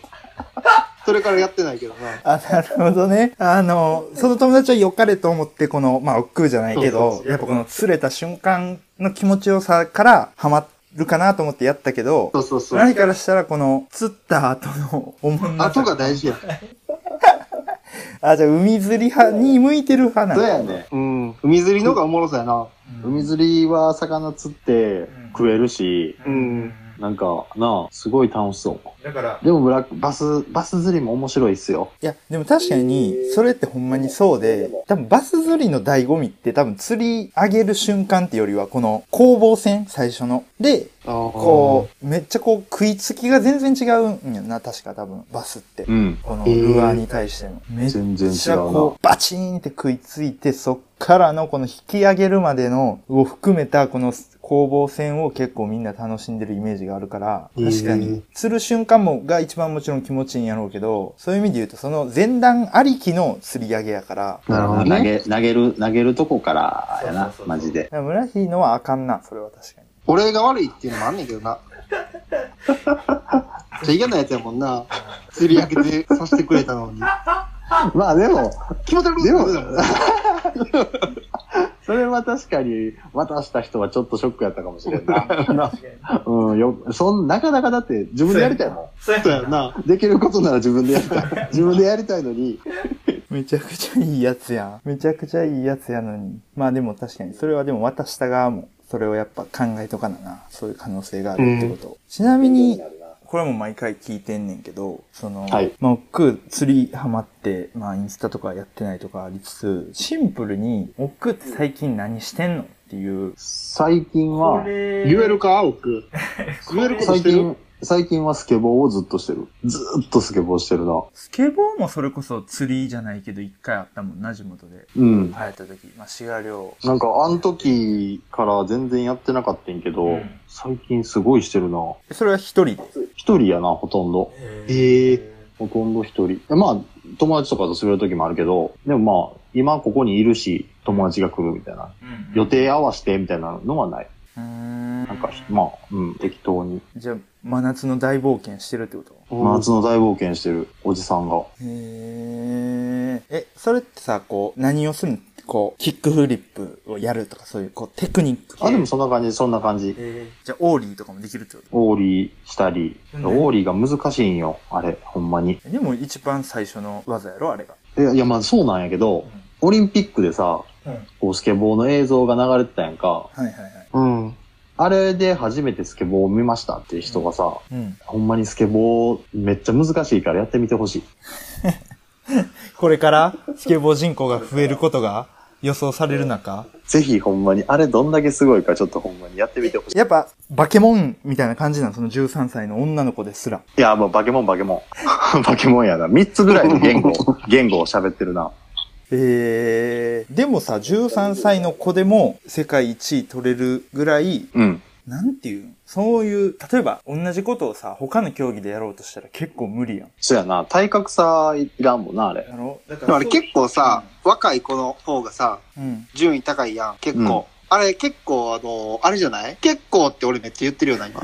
それからやってないけどな。
あ、なるほどね。あの、その友達は良かれと思って、この、まあ、億劫じゃない
そ
け
うそう
ど
そ、う
やっぱこの釣れた瞬間の気持ちよさからハマるかなと思ってやったけど、
そうそうそう。
何からしたらこの釣った後の思んな
後
さ。
が大事や。
あ、じゃあ海釣り派に向いてる派なん
そう
だ。
やね。
うん。海釣りのがおもろさやな。
海釣りは魚釣って食えるし、
うん。
なんか、なあ、すごい楽しそう。
だから、
でもブラック、バス、バス釣りも面白いっすよ。
いや、でも確かに、それってほんまにそうで、多分バス釣りの醍醐味って多分釣り上げる瞬間ってよりは、この攻防戦、最初の。で、
こ
こう、めっちゃこう食いつきが全然違うんやな、確か多分、バスって。
うん。
このルアーに対しての。めっち
全然違
ゃ
うな
こ。う、バチーンって食いついて、そっからのこの引き上げるまでの、を含めたこの攻防戦を結構みんな楽しんでるイメージがあるから、
うん
確かに、釣る瞬間も、が一番もちろん気持ちいいんやろうけど、そういう意味で言うと、その前段ありきの釣り上げやから、
なるほどね
投げ、投げる、投げるとこからやな
そうそ、うそうそう
マジで。
だから村ひのはあかんな、それは確かに。
う俺が悪いっていうのもあんねんけどな。じゃ嫌なやつやもんな。釣り上げてさせてくれたのに。
まあでも、
気持ち悪い
でも
そうだもんな
それは確かに渡した人はちょっとショックやったかもしれ
(laughs)
んな。うん、よ、そん、なかなかだって自分でやりたいも
そう
そうや
やな。
な。
ん。できることなら自分でやり
(laughs)
たい。自分でやりたいのに、
めちゃくちゃいいやつやん。めちゃくちゃいいやつやのに。まあでも確かに、それはでも渡した側も、それをやっぱ考えとかなな。そういう可能性があるってこと。ちなみに、これも毎回聞いてんねんけど、その、
はい
まあ僕、釣りハマって、まあインスタとかやってないとかありつつ、シンプルに、僕って最近何してんのっていう、
最近は、
れ
言えるか、奥。言えること
最
してる
近、最近はスケボーをずっとしてる。ずーっとスケボーしてるな。
スケボーもそれこそ釣りじゃないけど、一回あったもんな、地元で。
うん
流。行った時、まあ、滋賀漁。
なんか、あの時から全然やってなかったんけど、
うん
最近すごいしてるな。
それは一人で。
一人やな、ほとんど。
ええ
ほとんど一人。まあ、友達とかと滑る時もあるけど、でもまあ、今ここにいるし、友達が来るみたいな。予定合わせてみたいなのはない。
うーん。
なんか、まあ、うん、適当に。
じゃあ、真夏の大冒険してるってこと
真夏の大冒険してるおじさんが。
へーえ、それってさ、こう、何をするのこう、キックフリップをやるとか、そういう、こう、テクニック。
あ、でもそんな感じ、そんな感じ。
え
じゃあ、オーリーとかもできるってこ
オーリーしたり、
うん
オーリーが難しいんよ、あれ、ほんまに。
とでも、一番最初の技やろあれが。
いや、いやまあそうなんやけど、オリンピックでさ、
うん
こうスケボーの映像が流れてたやんか、
はいはいはい。
うん。
あれで初めてスケボーを見ましたっていう人がさ、
うん。
ほんまにスケボーめっちゃ難しいからやってみてほしい。
これから、スケボー人口が増えることが予想される中、
ぜひほんまに、あれどんだけすごいかちょっとほんまにやってみてほしい。
やっぱ、バケモンみたいな感じなの、その13歳の女の子ですら。
いや、もうバケモンバケモン。 (laughs) バケモンやな。3つぐらいの (laughs) 言語、言語を喋ってるな。
えー、でもさ、13歳の子でも世界一位取れるぐらい
うん。
なんていうんそういう、例えば同じことをさ、他の競技でやろうとしたら結構無理やん。
そうやな。体格差いらんもんな、あれ。
やろ
だか
でもあれ結構さ
うん、
若い子の方がさ、
うん。
順位高いやん、結構。
うん
あれ結構あの、あれじゃない結構って俺めっちゃ言ってるよな、
(laughs)
今。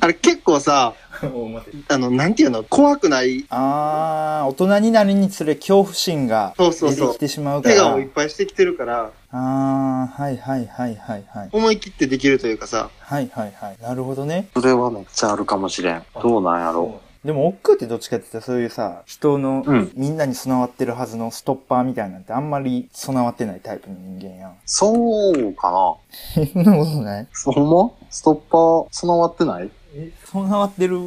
あれ結構さ、
お待て
あの、なんていうの、怖くない
あー、大人になるにつれ恐怖心が
そう
出
そう
て
そう
きてしまうか
手
ら。
がいっぱいしてきてるから、
あー、はいはいはいはいはい。
思い切ってできるというかさ。
はいはいはい。なるほどね。
それはめっちゃあるかもしれん。どうなんやろ
でも、奥ってどっちかって言ったらそういうさ、人の、
うん
みんなに備わってるはずのストッパーみたいなんてあんまり備わってないタイプの人間やん。
そうかな。
そんなことない
ほんまストッパー、備わって (laughs) ない
え
備わってる、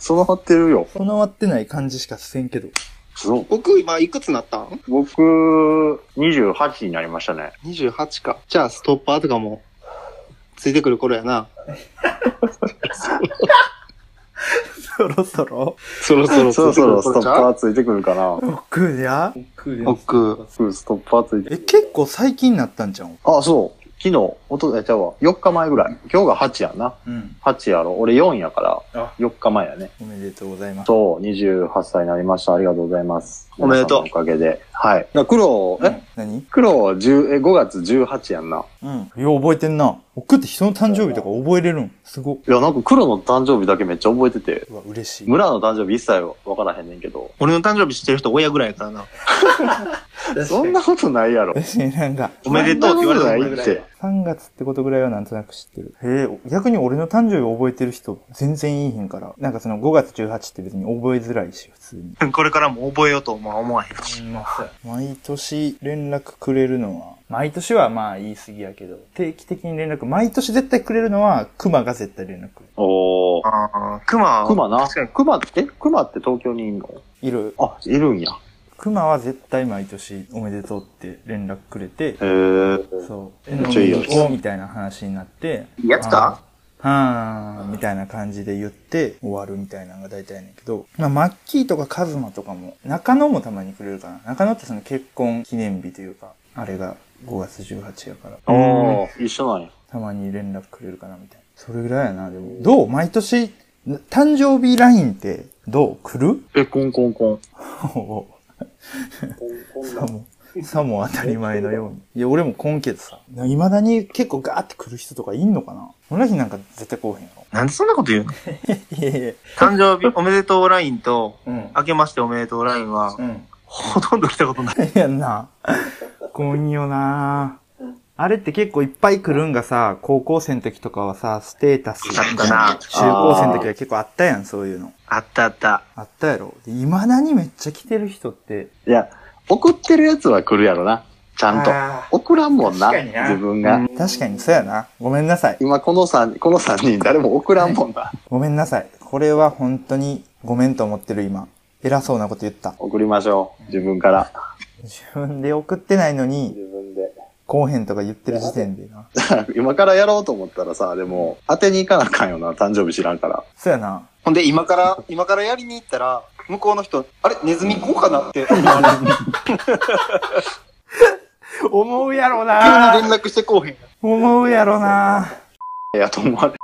備わってるよ。
備わってない感じしかせんけど。
そう。
僕今いくつなったん
僕、28になりましたね。
?28 か。じゃあストッパーとかも、ついてくる頃やな。
そろそろ
そろそろ
そろそろストッパ
ー。
ーついてくるかな。
奥じゃ
奥で
奥
僕、ストッパーついて
え、結構最近になったんじゃん
あ、そう。昨日、おと、え、ちゃうわ。4日前ぐらい。今日が8やんな。
うん。
8やろ。俺4やから
あ、
4日前やね。
おめでとうございます。
そう、28歳になりました。ありがとうございます。
おめでとう
皆様のおかげで。はい。だから黒、え
何
黒は10、え、5月18やんな。
うん。いや、覚えてんな。奥って人の誕生日とか覚えれるんすごっ。
いや、なんか黒の誕生日だけめっちゃ覚えてて。
うわ、嬉しい。
村の誕生日一切わからへんねんけど。
俺の誕生日知ってる人親ぐらいやから (laughs) な。
そんなことない (laughs) やろ。
嬉しい、なんか。
おめでとうって言われた
そんな
のぐら
ことない
い
っ
や
て。
3月ってことぐらいはなんとなく知ってる。へえ、逆に俺の誕生日覚えてる人全然いいへんから。なんかその5月18って別に覚えづらいし、普通に。
(laughs) これからも覚えようとは思わへん。
うんまあそうや
毎年連絡くれるのは、毎年はまあ言い過ぎやけど、定期的に連絡、毎年絶対くれるのは、熊が絶対連絡くれる。
おー。
ああ、熊
熊な
確かに。。
熊って、熊って東京にいんの
いる。
あ、いるんや。
熊は絶対毎年おめでとうって連絡くれて、
へー。
そう。
めっちゃいいやつ
おみたいな話になって。
いいやつか
はーみたいな感じで言って終わるみたいなのが大体やねんけど、まあ、マッキーとかカズマとかも、中野もたまにくれるかな。中野ってその結婚記念日というか、あれが5月18やから、
おー。一緒なんや。
たまに連絡くれるかなみたいな。それぐらいやな、でも。どう毎年、な誕生日ラインって、どう来る (laughs)
え、コンコンコン。
おさも、さも当たり前のように。 (laughs) いや、俺も今月さ、未だに結構ガーって来る人とかいんのかなそんな日なんか絶対来おへんやろ。
なんでそんなこと言う (laughs)
(laughs)
の
いやいや、
誕生日おめでとうラインと、
うん。
明けましておめでとうラインは、
うん。
ほとんど来たことない。
いやんな。来んよなあれって結構いっぱい来るんがさ、高校生の時とかはさ、ステータスみたい
あったな
中高生の時は結構あったやん、そういうの。
あったあった。
あったやろ。で、未だにめっちゃ来てる人って、
いや、送ってるやつは来るやろな。ちゃんと。
あ
送らんもんな。
確かにな
自分が。
確かにそうやな。ごめんなさい。
今この3、この3人誰も送らんもんな。
ごめんなさい。これは本当にごめんと思ってる今。偉そうなこと言った。
送りましょう。自分から。 (laughs)
自分で送ってないのに、
自分で。
後編とか言ってる時点でな。
今からやろうと思ったらさ、でも、当てに行かなあかんよな。誕生日知らんから。
そうやな。
ほんで、今から、今からやりに行ったら、向こうの人、あれ、ネズミ行こうかな (laughs) って、急に
思うやろな
連絡してこうへん
思うやろない
や、と思われ。
か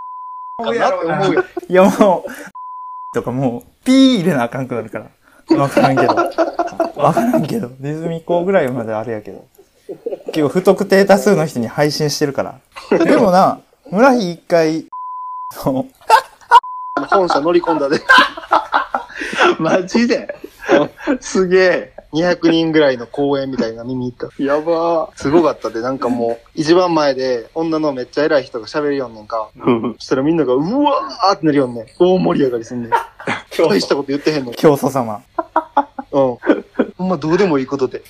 なって思うよ。
いやもう、 (laughs) とかもう、ピー入れなあかんくなるから。わからんけど。わからんけど。ネズミ講ぐらいまであれやけど。結構不特定多数の人に配信してるから。でもな、村日一回、そう
本社乗り込んだで。
マジで。 (laughs) すげ
200人ぐらいの公演みたいなの見に行った。
え。やば
すごかったで、なんかもう、一番前で、女のめっちゃ偉い人が喋るよんねんか。
ー。
そしたらみんなが、うわーってなるよんねん。大盛り上がりすん
(laughs)
ねん。大したこと言ってへんのに。
教祖様。
うん。ほんまどうでもいいことで。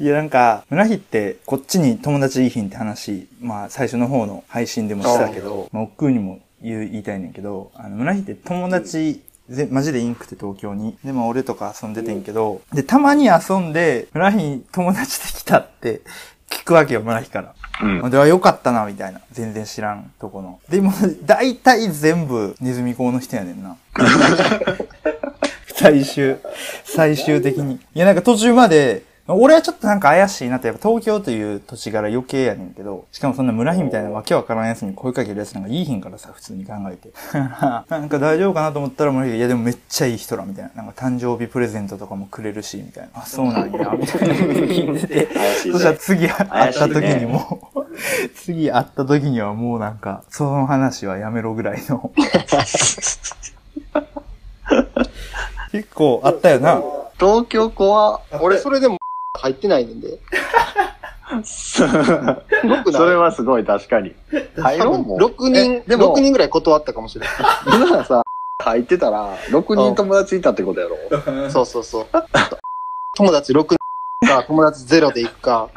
いやなんか、村日って、こっちに友達いいひんって話、まあ最初の方の配信でもしたけど、まあ奥にも言う言いたいねんけど、あの村日って友達、ぜマジでインクって東京に。で、まあ俺とか遊んでてんけど、で、たまに遊んで、村日友達できたって聞くわけよ、村日から。
うん。
ではよかったな、みたいな。全然知らんとこの。でも、 (laughs) 大体全部ネズミ講の人やね
(laughs)
んな。最終、最終的に。いや、なんか途中まで、俺はちょっとなんか怪しいなって、やっぱ東京という土地柄余計やねんけど、しかもそんな村日みたいなわけわからんやつに声かけるやつなんかいいひんからさ、普通に考えて。 (laughs) だからなんか大丈夫かなと思ったら村日が、いやでもめっちゃいい人ら、みたいな。なんか誕生日プレゼントとかもくれるし、みたいな。あ、そうなんや、
(laughs)
みたいな聞いてて。
怪しい
そしたら次会
怪
っ
したいね
時にもう、 (laughs) 次会った時にはもうなんか、その話はやめろぐらいの。結構あったよな。
東京子は、俺それでも (laughs) 入ってないねんで。すごくない
(laughs) それはすごい、確かに。入ろうもん。
6人
え、でも
6人ぐらい断ったかもしれな
今らさ、入ってたら、6人友達いたってことやろ
い。そうそうそう。友達6人
(laughs)
か、友達ゼロで行くか。
い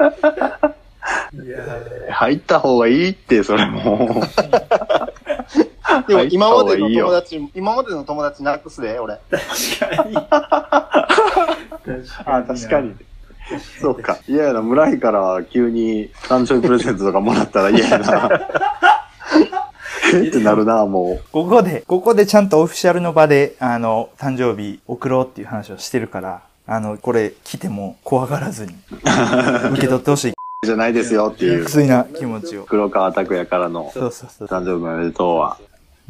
やー
入った方がいいって、それもう。
でも
入った
今ま
方が
で
いい
の
よ
友達、今までの友達なくすで、俺。
確かに。
あ、確かに。。そうか。嫌やな、村井から急に誕生日プレゼントとかもらったら嫌やな。えってなるな、も
ここで、ここでちゃんとオフィシャルの場で、あの、誕生日送ろうっていう話をしてるから、あの、これ来ても怖がらずに、受け取ってほしい。
う。じゃないですよっていう
純、粋な気持ちを。
黒川拓也からの
そうそうそう。
誕生日おめでとうは。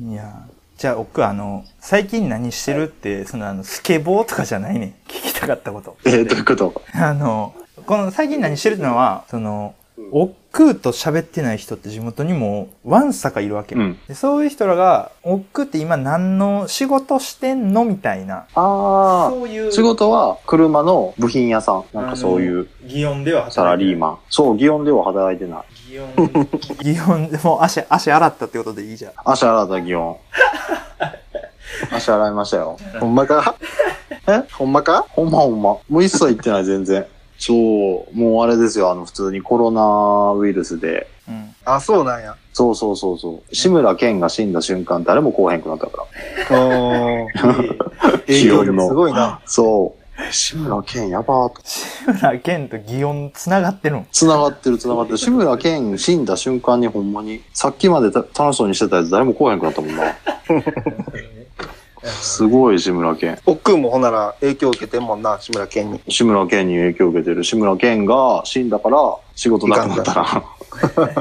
いやーじゃあ僕あの、最近何してるって、そのあの、スケボーとかじゃないねん。聞きたかったこと。
えー、どういうこと
あの、この最近何してるってのは、その、億劫と喋ってない人って地元にもワンサかいるわけ。
うん。
でそういう人らが、億劫って今何の仕事してんのみたいな。
あ
そうい
あ、
う。
仕事は車の部品屋さん。なんかそういう
擬音では
サラリーマン。そう、祇園では働いてない。
ン。擬音。
基本でもう足、足洗ったってことでいいじゃん。
足洗った祇園。足洗いましたよ。
ほんまかえほんまか
ほんまほんま。もう一切行ってない、全 (laughs) 然。そう、もうあれですよ、あの、普通にコロナウイルスで。
うん。
あ、そうなんや。
そうそうそうそう。志村けんが死んだ瞬間、誰も来おへんくなったか
おー。
ら。 (laughs)
影響力
祇園の
すごいな。
そう。志村けんやばーと。
志村けんと祇園繋がってるの
繋がってる繋がってる。志村けん死んだ瞬間にほんまに、さっきまでた楽しそうにしてたやつ誰も来おへんくなったもん (laughs) な。すごい志村けん。
おっくんもほんなら影響受けてんもんな、志村けんに。
志村けんに影響を受けてる志村けんが死んだから仕事なくなったな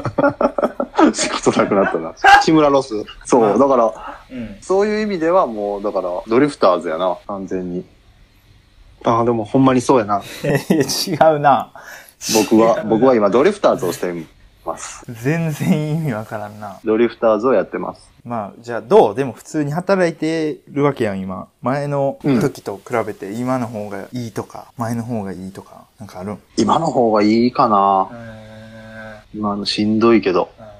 (laughs) 仕事なくなったな
志村ロス。
そうだから
うん。
そういう意味ではもうだからドリフターズやな完全に
ああ、でもほんまにそうやな。
(laughs) いや違うな。
僕は僕は今ドリフターズをしてます
全然意味わからんな。
ドリフターズをやってます
まあ、じゃあどうでも普通に働いてるわけやん、今。前の時と比べて今の方がいいとか、前の方がいいとか、なんかあるん
今の方がいいかな
あ
今のしんどいけど
ーあ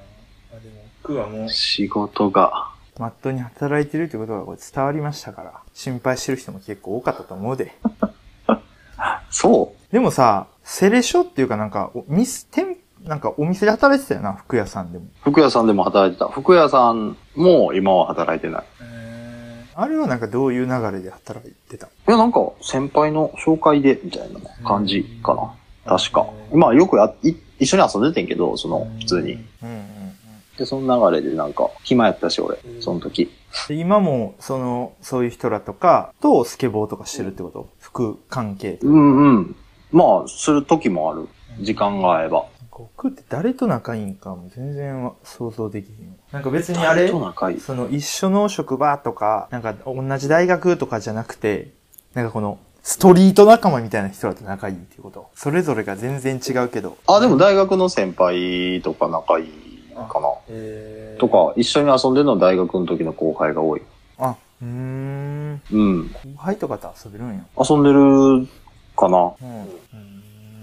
ーでも、僕はもう、
仕事が
まっとうに働いてるってことがこれ伝わりましたから、心配してる人も結構多かったと思うで。
そ
でもさ、セレショっていうかなんか、お店、店、なんかお店で働いてたよな、服屋さんでも。
う服屋さんでも働いてた服屋さんも今は働いてない
うん
あれはなんかどういう流れで働いてた
いやなんか先輩の紹介でみたいな感じかな、確か。
うん
まあよくやい一緒に遊んでてんけど、その、普通
う
に
ん。
うんうんうん。
で、その流れでなんか、暇やったし、俺、その時。
で今も、その、そういう人らとか、とスケボーとかしてるってこと服関係
うんうん。まあ、する時もある。時間が合えば。
僕って誰と仲いいんかも全然想像できへんわなんか別にあ
誰
れ
と仲いい。
その一緒の職場とか、なんか同じ大学とかじゃなくて、なんかこのストリート仲間みたいな人だと仲いいっていうこと。それぞれが全然違うけど。
あ、でも大学の先輩とか仲いいかな。
えー
とか、一緒に遊んでるのは大学の時の後輩が多い。
あ、うーん。
うん。
後輩とかと遊べるんや。
遊んでるかな。
うん。う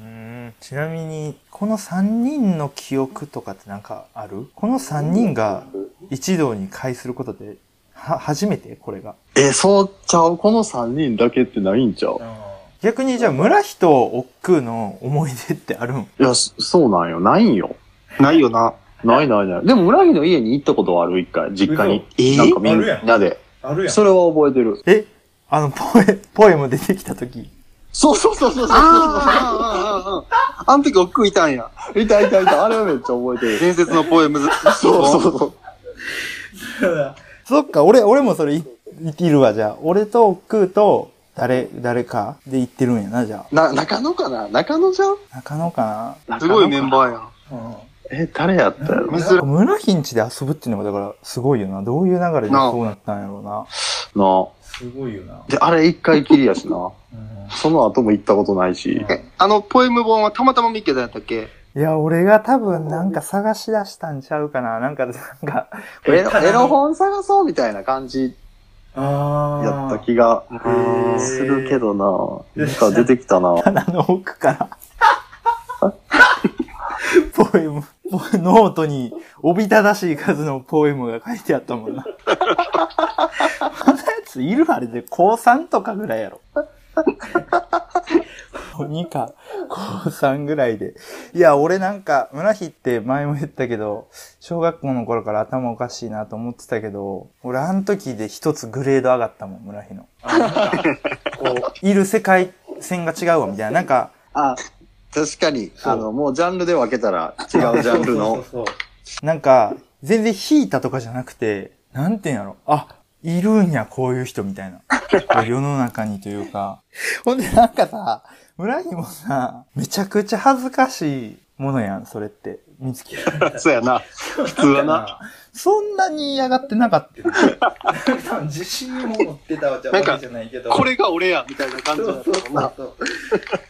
ーんちなみに、この3人の記憶とかってなんかあるこの3人が一堂に会することで、は、初めてこれが。
え、そうちゃうこの3人だけってないんちゃう
あ
逆にじゃあ村人億劫の思い出ってあるん
いや、そそうなんよ。ないんよ。
ないよな。
ないないない。でも、村木の家に行ったことはある、一回、実家に。
え
なんかみ
あるやん
んなで。
ーあるやん。
それは覚えてる。
えあの、ポエ、ポエム出てきたとき。
そうそうそうそうそう
ああ、ああ、あん時おっくんいたんや。
いたいたいた。あれはめっちゃ覚えてる。
伝説のポエムズ。
そうそうそう。
そっか、俺、俺もそれい、いいるわ、じゃあ。俺と、クーと、誰、誰かで行ってるんやな、じゃ
な、中野かな中野じゃん
あ。中野か
すごいメンバーやん。
う。
え、誰やったやろ
珍しい
な。村んちで遊ぶっていうのがだからすごいよな。どういう流れでそうなったんやろうな。
なん
すごいよな。
で、あれ一回きりやし (laughs) な。
うん
その後も行ったことないし。
うん
あの、ポエム本はたまたま見っけたんやったっけ
いや、俺が多分なんか探し出したんちゃうかな。なんか、なんか、
エロエロ本探そうみたいな感じ
あ
やった
あ。
気が
ー
するけどな。なんか出てきた (laughs) な。
棚の奥から。 (laughs) ポエム、ポノートにおびただしい数のポエムが書いてあったもんな。こんなやついるあれで高3とかぐらいやろ。高2か高3ぐらいで。いや、俺なんか、村日って前も言ったけど、小学校の頃から頭おかしいなと思ってたけど、俺あの時で一つグレード上がったもん、村日の。
あなんか
こう、いる世界線が違うわ、みたいな。なんか、
あ、確かに、
そう
あの、もうジャンルで分けたら違うジャンル
そう
の。
そうそうそう
なんか、全然引いたとかじゃなくて、なんていうんやろ。あ、いるんや、こういう人みた
(laughs)
いな。世の中にというか。ほんで、なんかさ、村にもさ、めちゃくちゃ恥ずかしいものやん、それって。見つけ
そうやな。普通はな。
そんなに嫌がってなかった。
多分 (laughs) 自信を持ってたわけ
なんか
じゃないけど。
これが俺やみたいな感じ
そ
だっ
うそ
た
う
もんな。
そう。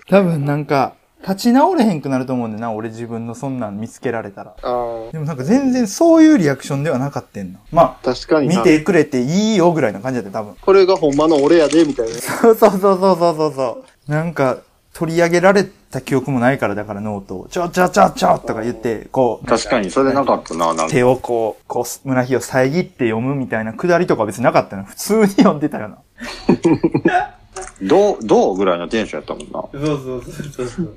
多分なんか、立ち直れへんくなると思うんだよな、俺自分のそんなん見つけられたら。
あ
でもなんか全然そういうリアクションではなかったんな。ま
あ確か
あ、
に
見
な。
てくれていいよぐらいな感じだったよ、多分。 (laughs)
これがほんまの俺やで、みたいな。
そうそうそうそうそうそうそう。なんか、取り上げられた記憶もないから、だからノートを、ちょちょちょちょとか言って、こう、
確かに、それなかったな、なんか。
手をこう、こう、胸火を遮って読むみたいなくだりとか別になかったの。普通に読んでたよな。
どう、どうぐらいのテンションやったもんな。
そうそうそうそう。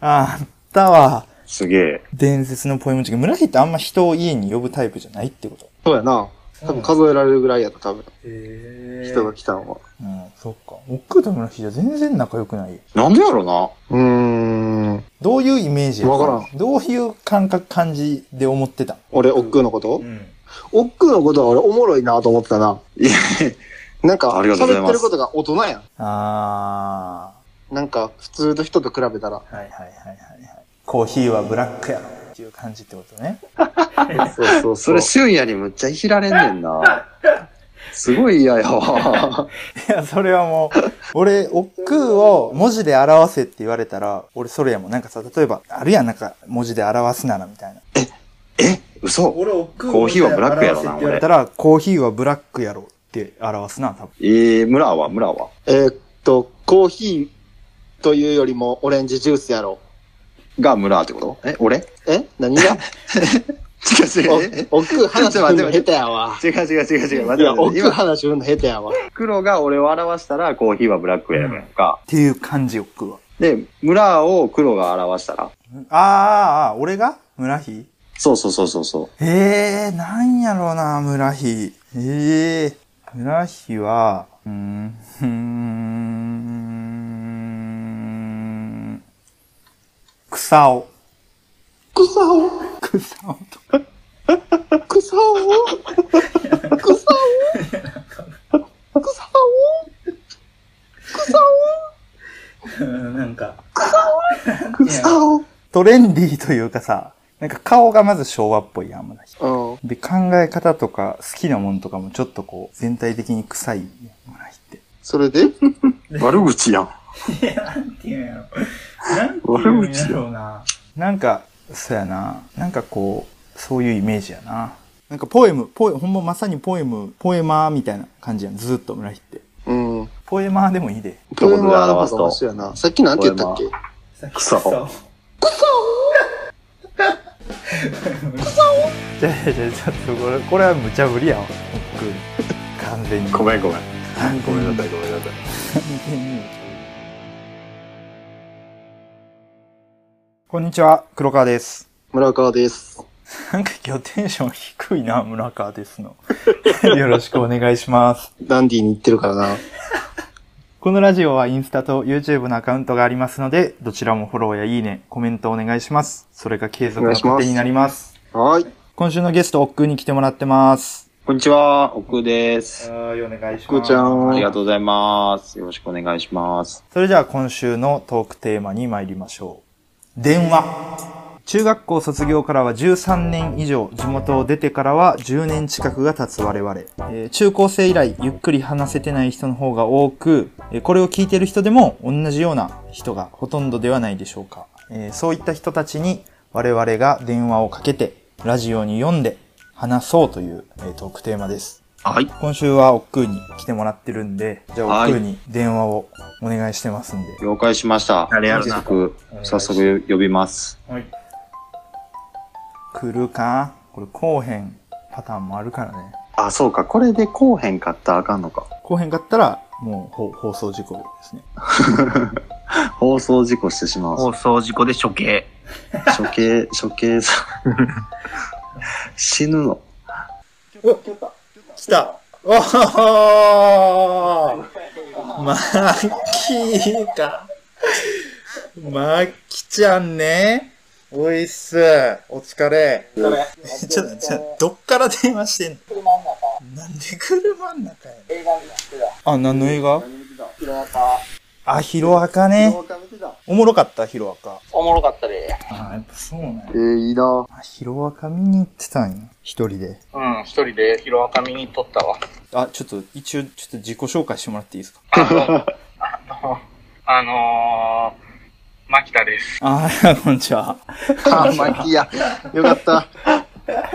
ああったわ。
すげえ。
伝説のポエム中、村火ってあんま人を家に呼ぶタイプじゃないってこと。
そうやな。多分数えられるぐらいやった、多分。
へえ。
人が来たのは。
うん、そっか。奥と村火じゃ全然仲良くないよ。
なんでやろな。
うーん。
どういうイメージやった
わか
どういう感覚、感じで思ってた
俺、おっくうのこと、
うん。
おっくうのことは俺、おもろいなと思ってたな。
いや
なんか、
ありがとうござい
喋
ます
ってることが大人やん。
あ
なんか、普通の人と比べたら。
あ、はいはいはいはいはい。コーヒーはブラックやろっていう感じってことね。
そうそうそ
(laughs)
う。
それ、俊也にむっちゃいじられんねんな。すごい嫌やわ。
いや、それはも
(laughs)
う、俺、おっくうを文字で表せって言われたら、俺それやもん。なんかさ、例えば、あるやん、なんか、文字で表すならみたいな。言
え、嘘
俺おっく
コーヒーはブラックやろ
表せって
な
言わ
われ
れ
たら、コーヒーはブラックやろって表すな、多分。
えー、村は、村は。
えーっと、コーヒーというよりも、オレンジジュースやろ。
が村ってことえ、俺
え何が
違う違
お
う。 (laughs) え
おっくう話すの下手やわ。
違う違う違う違う。(laughs)
い
待
や、
って
おっ
待って
くう
今、
話するの下手やわ。
黒が俺を表したらコーヒーはブラックやんか。
っていう感じ、おっくうは。
で、村を黒が表したら。
ああ、ああ、俺が村日
そうそうそうそうそう。
ええー、なんやろうな、村日。ええー、村日は、うーん、うーん、草を。
草を、
草をと。
草を、草を、草を、
たら。うん、なんか。
草を。
トレンディーというかさ、なんか顔がまず昭和っぽいやん、村日。
うん。
で、考え方とか好きなもんとかもちょっとこう、全体的に臭いやん、村日って。
それで
悪口やん。
なんていうんやろ。なんていうんやろうな。
なんか、そうやな。なんかこう、そういうイメージやな。なんかポエム、ポエ、ほんままさにポエム、ポエマーみたいな感じやん。ずっと村日って。
うん。
ポエマーでもいいで。
とで
は
表すと
そうやな。さっきなんて言ったっけ
さっき
草を
(laughs)
草を。
じゃあじゃあちょっとこれ、これは無茶ぶりやわ。僕、完全に。
ごめんごめん。
完全に
ごめんなさいごめんなさい。
完全に (laughs) こんにちは、黒川です。
村川です。
なんか今日テンション低いな、村川ですの。 (laughs) よろしくお願いします。
ダンディーに行ってるからな。
このラジオはインスタと YouTube のアカウントがありますので、どちらもフォローやいいね、コメントお願いします。それが継続の
お願いします
糧になります。
はーい。
今週のゲスト、おっくんに来てもらってます。
ここんにちは、奥です。
はい、お願いし
くーちゃん。
ありがとうございます。よろしくお願いします。
それじゃあ今週のトークテーマに参りましょう。電話。中学校卒業からは13年以上、地元を出てからは10年近くが経つ我々。えー中高生以来ゆっくり話せてない人の方が多く、えーこれを聞いてる人でも同じような人がほとんどではないでしょうか。えーそういった人たちに我々が電話をかけて、ラジオに読んで話そうという、えートークテーマです。
はい。
今週はおっくうに来てもらってるんで、じゃあお
は
っ
い
くうに電話をお願いしてますんで。
了解しました。
あれやるな
早速
お願いしま
早
す
速呼びます。
はい。
来るかこれ後編パターンもあるからね。
あ、そうか。これでこうへんかったらあかんのか。
後編勝ったら、もうほ放送事故ですね。
放送事故してしまう。
放送事故で処刑。
処刑、処刑さ。死ぬの。
来たおーマッキーか。マッキちゃんね。おいっす。お疲れ。ちょっと、ちょっと、どっから電話してんのなんで車ん中やねんあ、何の映画あ、ヒロアカね。おもろかった、ヒロアカ。
おもろかったで。
あやっぱそうなんや
え。ー、いいな。
あヒロアカ見に行ってたんや。一人で。
うん、一人でヒロアカ見に撮ったわ。
あ、ちょっと、一応、ちょっと自己紹介してもらっていいですか (laughs)
あのー、牧田です。
ああ、こんにちは。
(laughs) あー、マッキーや。よかった。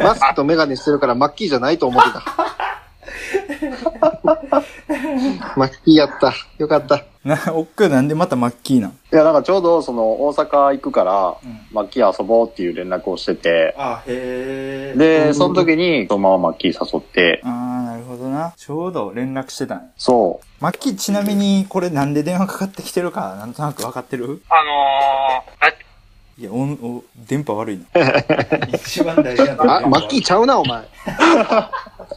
マスクとメガネしてるからマッキーじゃないと思ってた。マッキーやった。よかった。い
な、おっくんなんでまたマッキーなん
いや、なんかちょうどその大阪行くから、
ん
マッキー遊ぼうっていう連絡をしてて、
あへえ。
で、その時にそのままマッキー誘って、
ああ、なるほどな。ちょうど連絡してたんや
そ
マッキーちなみに、これなんで電話かかってきてるか、なんとなくわかってる
あのー、ラ
いや、音、お、電波悪いな。
(laughs) 一番大事な
あ、マッキーちゃうな、お前。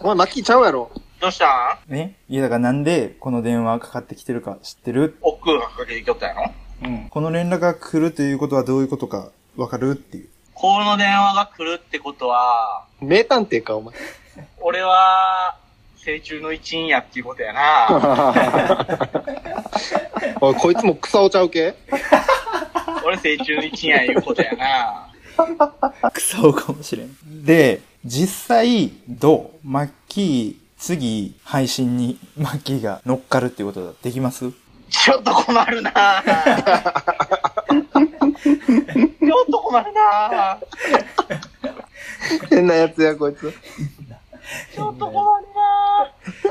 お前、マッキーちゃうやろ。
どうしたん
ねいや、だからなんで、この電話かかってきてるか知ってる
おっくんがかけてきとったやろ
この連絡が来るということはどういうことかわかるっていう。
この電話が来るってことは、
名探偵か、お前。
俺は、成虫の一員やっていうことや (laughs) な。
おい、こいつも草をちゃうけ
俺成虫の一員やいうことやな。
草をかもしれん。で、実際、どうマッキー、次、配信にマッキーが乗っかるっていうことだ。できます
ちょっと困るな (laughs) ちょっと困るな
変なやつや、こいつ。
ちょっと困る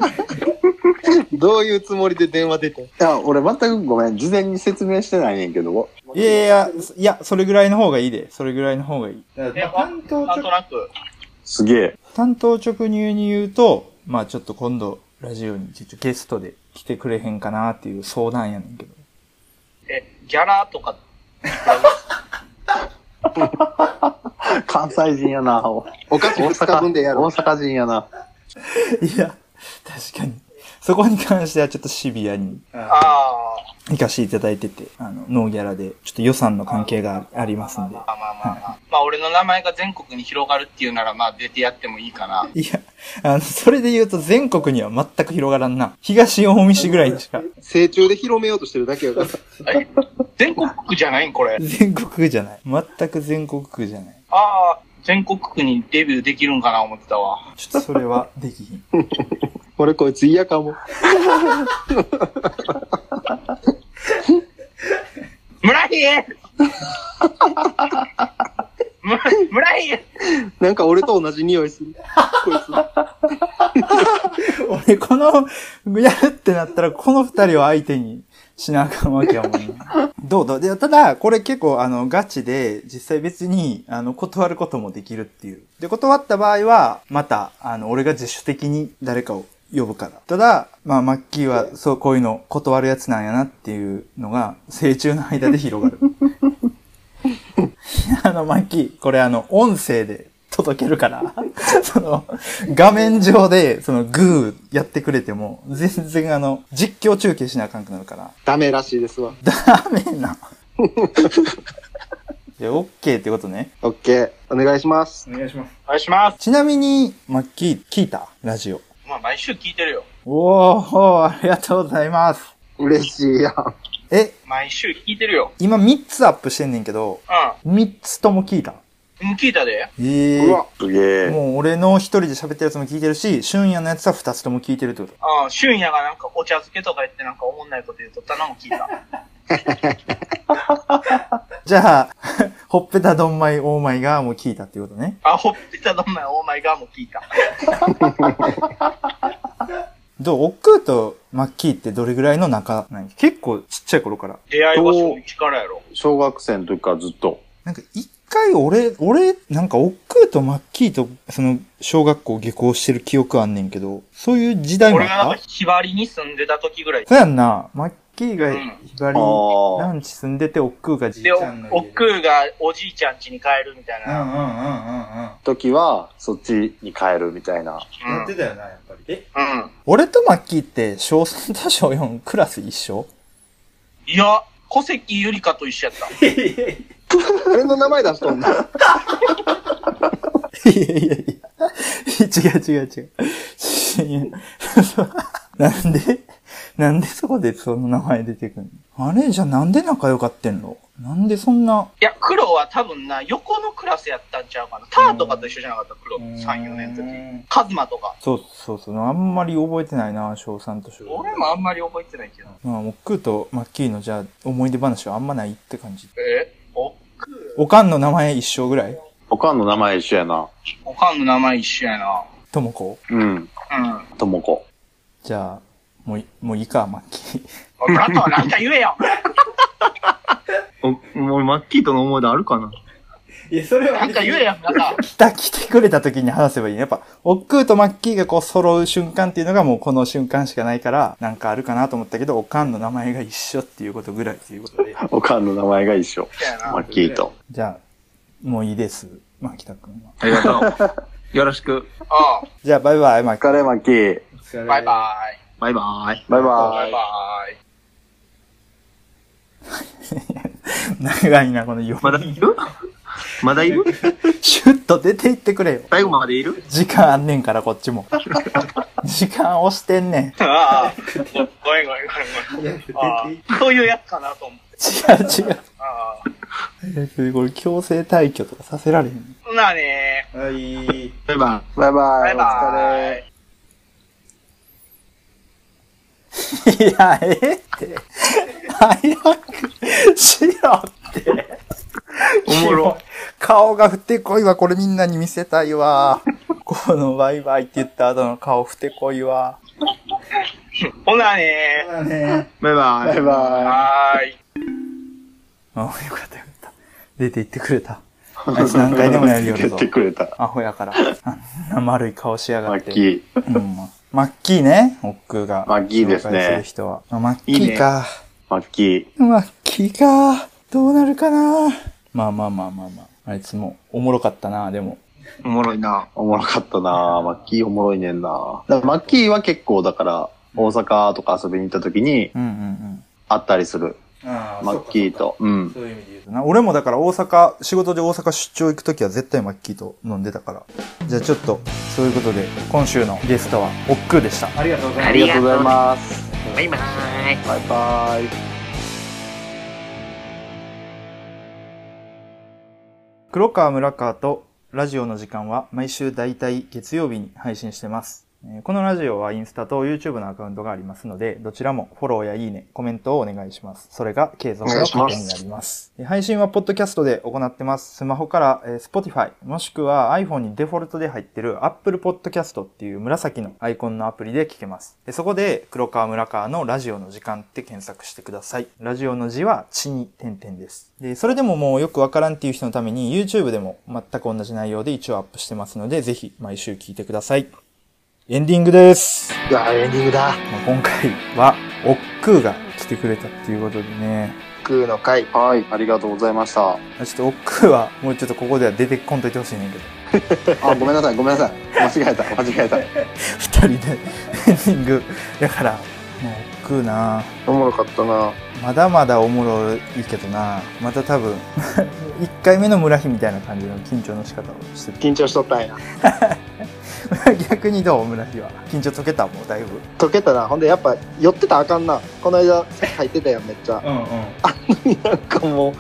な
どういうつもりで電話出てん
う。いや、俺全くごめん。事前に説明してないねんけど。
いやいや、いや、それぐらいの方がいいで。それぐらいの方がいい。
担当
なんとなく。
すげえ。
担当直入に言うと、まあちょっと今度、ラジオにちょっとゲストで来てくれへんかなっていう相談やねんけど。
え、ギャラとか、
関西人やな。大
お菓子2日分でやろう。
阪人やな。
(laughs) いや、確かに。そこに関してはちょっとシビアに
あー
行かせていただいてて、あの、ノーギャラで、ちょっと予算の関係がありますんで。
まあまあまあまあ。まあ俺の名前が全国に広がるっていうならまあ出てやってもいいかな。
いや、あの、それで言うと全国には全く広がらんな。東大見市ぐらいにしか、
成長で広めようとしてるだけやから。
え (laughs) 全国区じゃないんこれ。
全国区じゃない。全く全国区じゃない。
ああ、全国区にデビューできるんかな思ってたわ。
(laughs) ちょっとそれはできひん。
俺、こいつ嫌かも。
村井 (laughs) 村村井
なんか俺と同じ匂いする。こいつ。
(laughs) 俺、この、やるってなったら、この二人を相手にしなあかんわけやもんね。どうどうでただ、これ結構、あの、ガチで、実際別に、あの、断ることもできるっていう。で、断った場合は、また、あの、俺が自主的に誰かを呼ぶから。ただ、まあ、マッキーは、そう、こういうの、断るやつなんやなっていうのが、成虫の間で広がる。 (laughs) あの、マッキー、これあの、音声で届けるから、 (laughs) その、画面上で、その、グーやってくれても、全然あの、実況中継しなあかんくなるから、
(laughs) ダメらしいですわ。
ダメな。じゃあ、OK ってことね。
オッケー。お願いします。
お願いします。
お願いします。
ちなみに、マッキー、聞いたラジオ。
まあ、毎週聞いてるよ。
おー、ありがとうございます。
嬉しいやん。
え、
毎週聞いてるよ。
今3つアップしてんねんけど、3つとも聞いた
うん。うん聞いたで。
ええ
うわ。
すげえ。
もう俺の一人で喋ったやつも聞いてるし、俊也のやつは2つとも聞いてるってこと。
うん。俊也がなんかお茶漬けとか言ってなんかおもんないこと言うとったのも聞いた。
(laughs)
じゃあ、ほっぺたどんまいオーマイがもう聞いたってことね。
あ、ほっぺたどんまいオーマイガーも聞いた。
どうおっくーとマッキーってどれぐらいの仲なんや結構ちっちゃい頃から。
出会い場所の力やろ。
小学生の時からずっと。
なんか一回俺、俺、なんかおっくーとマッキーとその小学校下校してる記憶あんねんけど、そういう時代もあ
俺
っ
がなん
た
かひばりに住んでた時ぐらい。
そうやんな。マッキーが
うん
ひばり
あ
ランチ住んでて、おっくうがじいち
で、
ゃ
お
んの
おっ
家で
くうがおじいちゃん家に帰るみたい
うんうん
な。
うんうんうん。
時は、そっちに帰るみたいな。
うん。
やってたよな、やっぱり。え
うん。
俺とマッキーって小3と小4クラス一 (laughs) 緒
いや、小関ゆりかと一緒やった。
俺の名前出しとんな。
(laughs) いやいやいや。違う違う違う。いやなんでなんでそこでその名前出てくんのあれじゃあなんで仲良かってんのなんでそんな、
いや、黒は多分な、横のクラスやったんちゃうかな。ターとかと一緒じゃなかった、黒。3、4年の時。
の
カズマとか。
そうそうそう、あんまり覚えてないな、小3と小4。
俺もあんまり覚えてないけど。
まあ、もっくーとマッキーのじゃあ思い出話はあんまないって感じ。
えお、
おかんの名前一緒ぐらい
おかんの名前一緒やな。
おかんの名前一緒やな。
ともこ
うん。
うん。
ともこ。
じゃあ、もうい、もういいか、マッキー。
おあとはなんか
(laughs)
言えよ
おもうマッキーとの思い出あるかない
や、それは
なんか言えよ、なんか。
来た、来てくれた時に話せばいいね。やっぱ、おっくうとマッキーがこう揃う瞬間っていうのがもうこの瞬間しかないから、なんかあるかなと思ったけど、おかんの名前が一緒っていうことぐらいっていうこと
(laughs)
で。
おかんの名前が一緒。
やな
マッキーと。
じゃあ、もういいです。マキタくんは。
ありがとう。よろしく。
う
じゃあ、バイバイ、マ
お
キ
疲れ、マッキー。
お疲れ
ん。バイバイ。
バイバーイ。
バイ
バ
バ
イ
イ。
バ
(laughs)
イ。
長いな、この4人。
まだいる (laughs) まだいる
シュッと出て行ってくれよ。
最後までいる
時間あんねんから、こっち
(laughs)
も。時間押してんねん。違
ああ、ごめんごめんごめんごめん。ああ、そういうやつかなと思って。
う違う。
あ
えこれ強制退去とかさせられへん。
あ、なあね
イ。はい。
バイバ
バイバ
バ
イ。
イ
お疲
バ
れ。
イ。
いや、ええって。早くしろって。
イ。おもろ。
顔がふてこいわ。これみんなに見せたいわ。このバイバイって言った後の顔ふてこいわ。
ほなね
まあね。
バイバイ
バイバ
はーい。
あ、よかったよかった。出て行ってくれた。あいつ何回でもやるよ
言
る
っ
ぞ
て。くれた。
アホやから。あんな丸い顔しやが
マ
っ
ッ
て。
キ
ー。
ー。
うん、マッキーね。オックが。
マッキーですね
紹介る人は。あマッキーか。
マッキー。
マッキーか。どうなるかな。まあまあまあまあまあ。あいつもおもろかったな、でも。
おもろいな。
おもろかったなぁマッキーおもろいねんなだからマッキーは結構だから、大阪とか遊びに行った時に
うんうんうん。
会ったりする。
ああ、
マッキーと。うん。
そういう意味で言うと。
な俺もだから大阪、仕事で大阪出張行くときは絶対マッキーと飲んでたから。じゃあちょっと、そういうことで、今週のゲストは、おっくーでした。
ありがとうございます。
ありがとうございます。
バイバイ。
バイバイ。
黒川村川とラジオの時間は毎週だいたい月曜日に配信してます。えーこのラジオはインスタと YouTube のアカウントがありますので、どちらもフォローやいいね、コメントをお願いします。それが継続の糧になります。えー配信はポッドキャストで行ってます。スマホから、えー Spotify、もしくは iPhone にデフォルトで入ってる Apple Podcast っていう紫のアイコンのアプリで聞けます。でそこで、黒川村川のラジオの時間って検索してください。ラジオの字は地に点々です。で、それでももうよくわからんっていう人のために YouTube でも全く同じ内容で一応アップしてますので、ぜひ毎週聞いてください。エンディングです。
イ。いや、エンディング
ま
だ。
あ今回は、おっくーが来てくれたっていうことでね、
空の会。
はい、ありがとうございました。
あちょっとおっくーはもうちょっとここでは出てこんといてほしいねんけど、
あ、ごめんなさい、ごめんなさい。間違えた、間違えた。
二人でエンディングだから、食うな
おもろかったな。
まだまだおもろいけどなまた多分 (laughs) 1回目の村日みたいな感じの緊張の仕方をして
緊張しとったんや。
た (laughs) 逆にどう村日は緊張解けたもうだいぶ
溶けたな。ほんで、やっぱ、寄ってたらあかんな。この間、さっき入ってたやん、めっちゃ。
うんうん。
なんかもう、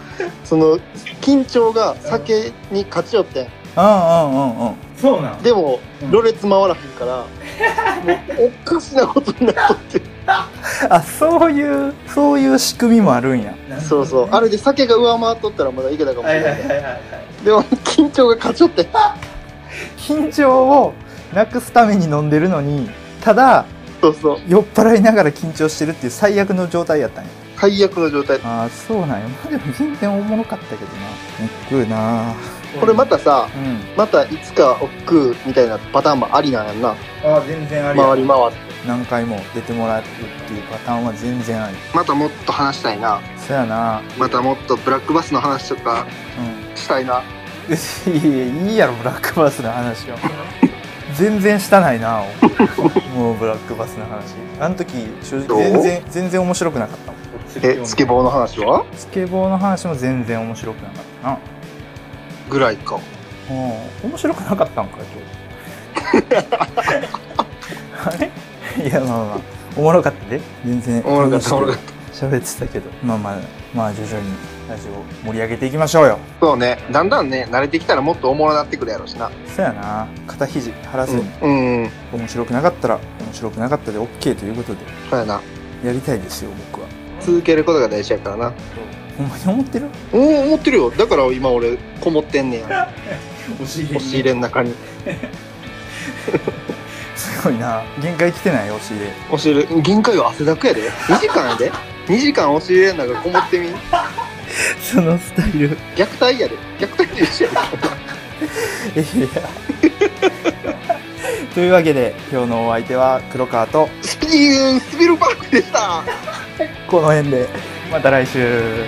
その、緊張が酒に勝ちよってん。
うんうんうんうん
そうなん。
でも
うん、
ろれつ回らへんから、もう、おかしなことになっとって。
あそういうそういう仕組みもあるんや
なるほどね
そうそう。あれで酒が上回っとったらまだいけたかもし
はい
れ
は
ないい。
はいはいはい。
でも、緊張が勝ちよって。
緊張をなくすために飲んでるのにただ
(laughs) そうそう。
酔っ払いながら緊張してるっていう最悪の状態やったんや
最悪の状態。
ああそうなんやまあでも全然おもろかったけどな食うな
これまたさ、
うん
またいつか億劫みたいなパターンもありなんやんな。
あ、全然ありや。
回り回って。
何回も出てもらうっていうパターンは全然あり
またもっと話したいな。
そやな
またもっとブラックバスの話とか
う
したいな。
んいやいやいいやろブラックバスの
(laughs)
話は全然したないなもうブラックバスの話あの時正直全然全然面白くなかったもん
え、スケボーの話は
スケボーの話も全然面白くなかったな
ぐらいか。
うん面白くなかったんか
(laughs)
今日あれいやまあまあおもろかったで全然
おもろかった、おもろかっ
喋ってたけどまあまあまあ徐々にラジオ盛り上げていきましょうよ
た。そうね。だんだんね、慣れてきたらもっとおもろなってくるやろしな。
そやな肩肘張らずに、
うん。うん。
面白くなかったら面白くなかったで OK ということで
そうやな。
やりたいですよ僕は
続けることが大事やからな。
ほんまに思ってる
うん、思ってるよ。だから今俺、こもってん (laughs) ねや。
押し入れ
押し入れの中に。
すごいな限界来てない押し
(laughs)
入れ
押し入れ、限界は汗だくやで。2時間やで。2時間押し入れの中こもってみ。
そのスタイル
虐待やで。虐待と一緒やで。 (laughs)
いや (laughs) というわけで今日のお相手は黒川と
スピーン、スピルバーグでした。
この辺でまた来週